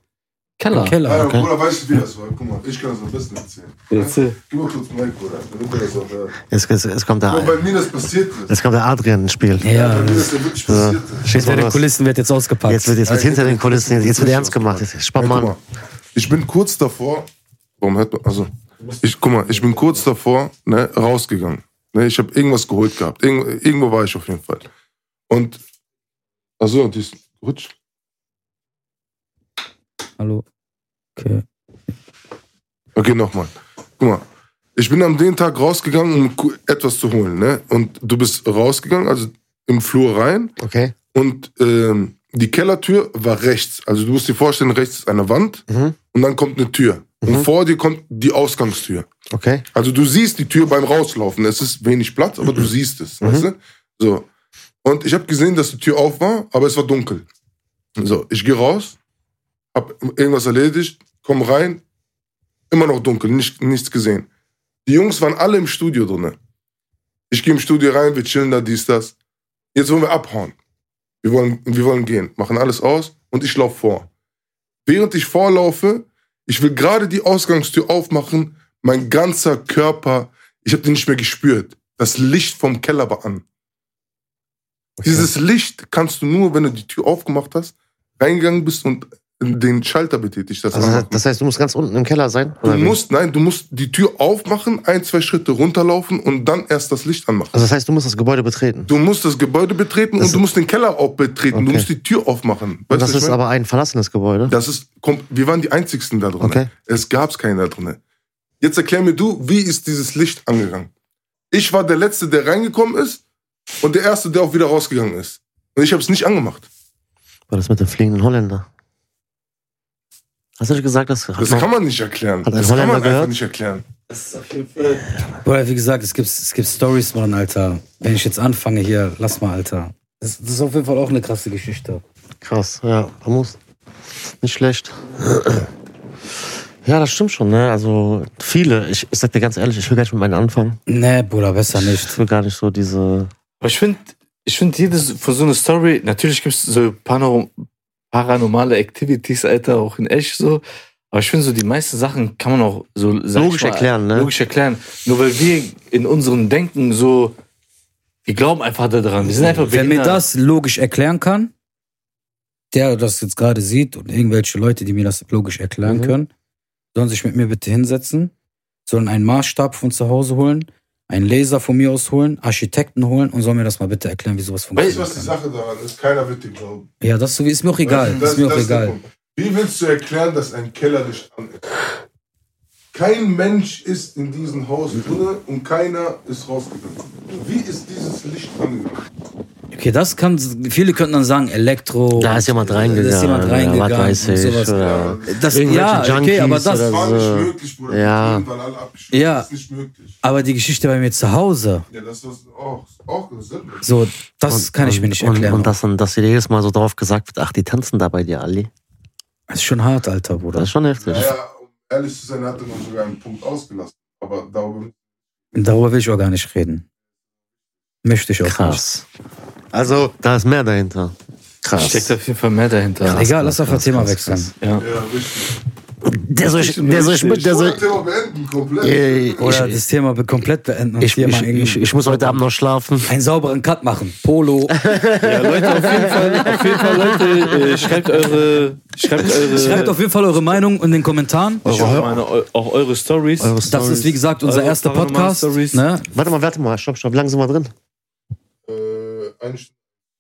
Im
Keller.
Keller.
Ah, Ja,
Okay.
Bruder, weißt du, wie das war? Guck mal, ich kann das am besten erzählen.
äh,
Gib mal kurz Mike, Bruder, damit er das auch hört.
Jetzt, jetzt, jetzt kommt
Guck mal,
der,
bei mir das passiert ist.
jetzt kommt der Adrian ins Spiel.
Bei
Ja,
mir
das
das ja wirklich
So,
passiert ist.
schieß mal
hinter den
los.
Kulissen wird jetzt ausgepackt.
Jetzt wird, jetzt wird
Ja,
hinter den Kulissen, jetzt, jetzt wird ernst gemacht. Jetzt, spann
Ja,
mal
guck
an.
mal, ich bin kurz davor, warum hört man, also, ich, guck mal, ich bin kurz davor, ne, rausgegangen. Ne, ich habe irgendwas geholt gehabt. Irgend, irgendwo war ich auf jeden Fall. Und, also, die ist, rutsch.
Hallo. Okay.
Okay, nochmal. Guck mal. Ich bin am den Tag rausgegangen, um ku- etwas zu holen, ne? Und du bist rausgegangen, also im Flur rein.
Okay.
Und ähm, die Kellertür war rechts. Also du musst dir vorstellen, rechts ist eine Wand
Mhm.
und dann kommt eine Tür.
Mhm.
Und vor dir kommt die Ausgangstür.
Okay.
Also du siehst die Tür beim Rauslaufen. Es ist wenig Platz, aber du siehst es. Weißt du? So. Und ich habe gesehen, dass die Tür auf war, aber es war dunkel. So, ich gehe raus, hab irgendwas erledigt, komm rein, immer noch dunkel, nicht, nichts gesehen. Die Jungs waren alle im Studio drinne. Ich gehe im Studio rein, wir chillen da, dies, das. Jetzt wollen wir abhauen. Wir wollen, wir wollen gehen, machen alles aus und ich laufe vor. Während ich vorlaufe, ich will gerade die Ausgangstür aufmachen, mein ganzer Körper, ich habe den nicht mehr gespürt. Das Licht vom Keller war an. Dieses Licht kannst du nur, wenn du die Tür aufgemacht hast, reingegangen bist und den Schalter betätigt. Das
Also, das heißt-
anmachen.
das heißt, du musst ganz unten im Keller sein?
Du
oder wie?
musst, nein, du musst die Tür aufmachen, ein, zwei Schritte runterlaufen und dann erst das Licht anmachen.
Also, das heißt, du musst das Gebäude betreten.
Du musst das Gebäude betreten
Das-
und du musst den Keller auch betreten.
Also Okay.
Du musst die Tür aufmachen.
Und das
du, was ich
ist
meine?
aber ein verlassenes Gebäude.
das ist, komm, wir waren die Einzigsten da drin.
Okay.
Es gab's keinen da drin. Jetzt erklär mir du, wie ist dieses Licht angegangen? Ich war der Letzte, der reingekommen ist und der Erste, der auch wieder rausgegangen ist. Und ich habe es nicht angemacht.
War das mit dem fliegenden Holländer? Hast du nicht gesagt, das hat
Das
man-
kann man nicht erklären.
Hat ein
Das kann
Holländer
man einfach
gehört?
nicht erklären.
Bruder, wie gesagt, es gibt, es gibt Stories, Mann, Alter. Wenn ich jetzt anfange hier, lass mal, Alter. Das, das ist auf jeden Fall auch eine krasse Geschichte.
Krass, ja, man muss. Nicht schlecht. Ja, das stimmt schon, ne? Also viele, ich, ich sag dir ganz ehrlich, ich will gar nicht mit meinen anfangen.
Nee, Bruder, besser
Ich
nicht.
will gar nicht so diese.
Aber ich finde, ich finde, jedes von so einer Story, natürlich gibt es so Panor paranormale Activities, Alter, auch in echt so. Aber ich finde, so die meisten Sachen kann man auch so sag ich
Logisch erklären, ne?
Logisch erklären. Nur weil wir in unserem Denken so, wir glauben einfach daran. Wir sind einfach
Wer mir
behindert.
das logisch erklären kann, der das jetzt gerade sieht und irgendwelche Leute, die mir das logisch erklären
Mhm.
können, sollen sich mit mir bitte hinsetzen, sollen einen Maßstab von zu Hause holen, einen Laser von mir aus holen, Architekten holen und sollen mir das mal bitte erklären, wie sowas
Weißt
funktioniert.
du, was die
kann.
Sache daran ist? Keiner wird dir glauben.
Ja, das so- ist mir auch egal.
Das-
ist mir auch
das der
egal.
Punkt. Wie willst du erklären, dass ein Keller nicht an ist? Kein Mensch ist in diesem Haus drin und keiner ist rausgegangen. Wie ist dieses Licht angegangen?
Okay, das kann. Viele könnten dann sagen, Elektro.
Da ist jemand
Da ist
reingegangen,
jemand
oder
reingegangen.
was weiß
und
ich,
sowas.
oder-
Das,
Irgendwelche
ja, okay,
Junkies
aber das.
oder
Das war
Also,
nicht möglich, Bruder.
ja.
Die sind, Weil alle abgeschlossen.
Ja.
Das ist nicht möglich.
Aber die Geschichte bei mir zu Hause,
Ja, das ist auch, auch dasselbe.
so, das kann ich mir nicht erklären.
Und, und dass, dann, dass dir jedes Mal so drauf gesagt wird, ach, die tanzen da bei dir, Ali.
das ist schon hart, Alter,
Das
Bruder.
ist schon heftig.
Naja, um ehrlich zu sein, hat er uns sogar einen Punkt ausgelassen. Aber darüber.
Darüber will ich auch gar nicht reden. Möchte ich auch
Krass.
Also,
Da ist mehr dahinter.
Steckt auf jeden Fall mehr dahinter.
nicht. Egal, lass
krass,
einfach
krass,
Thema
krass,
wechseln.
krass.
Ja.
Ja, richtig.
Der soll, der soll, der
Das
soll,
ist Thema beenden, komplett.
Also, Äh,
Oder
ich,
das Thema be- komplett beenden und
ich,
hier
ich,
mal irgendwie
ich, ich muss heute Abend äh, noch schlafen.
einen sauberen Cut machen. Polo.
ja, Leute, auf jeden Fall, auf jeden Fall Leute, äh, schreibt eure. Schreibt eure.
Schreibt auf jeden Fall eure Meinung in den Kommentaren.
ich hoffe, meine, eu- auch eure Stories.
Das ist, wie gesagt, unser
Eure
erster
Paranormal
Podcast.
Stories.
Ne?
warte mal, warte mal, stopp, stopp, langsam mal drin.
Äh, eine Stunde.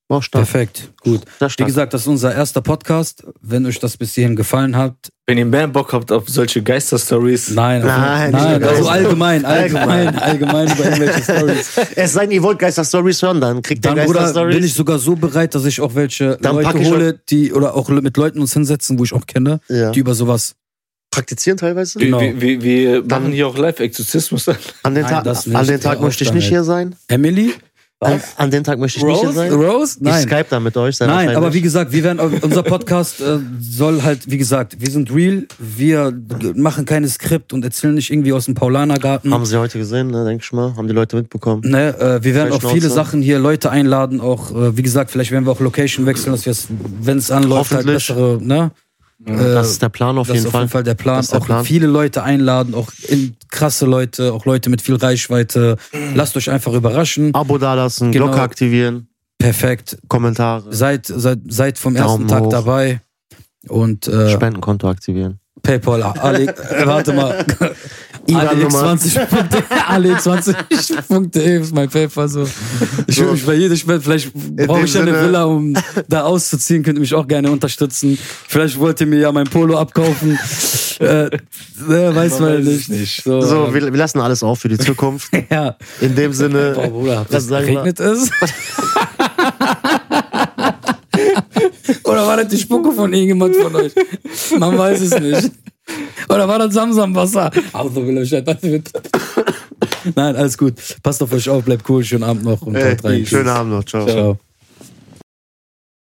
Boah, stark,
Perfekt, gut.
sehr
Wie
stark.
gesagt, das ist unser erster Podcast. Wenn euch das bis hierhin gefallen hat,
Wenn ihr mehr Bock habt auf solche Geister-Stories,
nein, auf-
Nein,
nein,
nicht
also
geil.
allgemein, allgemein, allgemein über irgendwelche Stories.
es sei denn, ihr wollt Geister-Stories hören, dann kriegt ihr
Dann, Bruder, bin ich
Geister-Stories.
sogar so bereit, dass ich auch welche
Dann pack
Leute
ich
hole, die oder auch mit Leuten uns hinsetzen, wo ich auch kenne,
Ja.
die über sowas
Praktizieren teilweise?
Genau.
wir, wir, wir
Dann-
machen hier auch Live-Exorzismus.
An den,
Nein,
Tag,
das
an
nicht.
den Tag
Ja,
möchte ich
aufstehen
nicht hier sein.
Emily?
An, an dem Tag möchte ich nicht hier sein.
Rose?
Ich
Nein.
Skype da mit euch. sehr
Nein, aber wie
wahrscheinlich.
gesagt, wir werden, unser Podcast äh, soll halt, wie gesagt, wir sind real, wir g- machen keine Skript und erzählen nicht irgendwie aus dem Paulanergarten.
Haben sie heute gesehen, ne, denke ich mal. Haben die Leute mitbekommen.
Ne, äh, wir werden
Vielleicht
auch viele
Schnauze.
Sachen hier Leute einladen, auch äh, wie gesagt, vielleicht werden wir auch Location wechseln, dass wir es, wenn es anläuft, halt
Hoffentlich.
bessere, ne? Äh,
Das ist der Plan auf
das
jeden
ist auf
Fall.
jeden Fall der Plan.
Das ist der
auch
Plan.
viele Leute einladen, auch in krasse Leute, auch Leute mit viel Reichweite. Lasst euch einfach überraschen.
Abo dalassen,
Genau.
Glocke aktivieren,
Perfekt.
Kommentare,
Seid, seid, seid vom ersten
Daumen
Tag
hoch.
dabei. Und äh,
Spendenkonto aktivieren.
PayPal, Ali, äh, warte mal.
IBAN-Nummer.
Ali20.de ist mein PayPal so. Ich würde mich bei jedem Spenden, vielleicht brauche
dem
ich ja eine
Sinne-
Villa, um da auszuziehen, könnt ihr mich auch gerne unterstützen. Vielleicht wollt ihr mir ja mein Polo abkaufen. äh, äh, weiß man,
weiß es
nicht.
nicht.
So,
So,
ähm,
wir, wir lassen alles auf für die Zukunft.
ja.
In dem
Boah,
Sinne,
Bruder, habt
das
das
sagen wir-
geregnet ist? Oder war das die Spucke von irgendjemand von euch? Man weiß es nicht. Oder war das Samsamwasser? Nein, alles gut. Passt auf euch auf, bleibt cool, schönen Abend noch und
ey,
haut rein.
äh, schönen Abend noch. Ciao.
Ciao.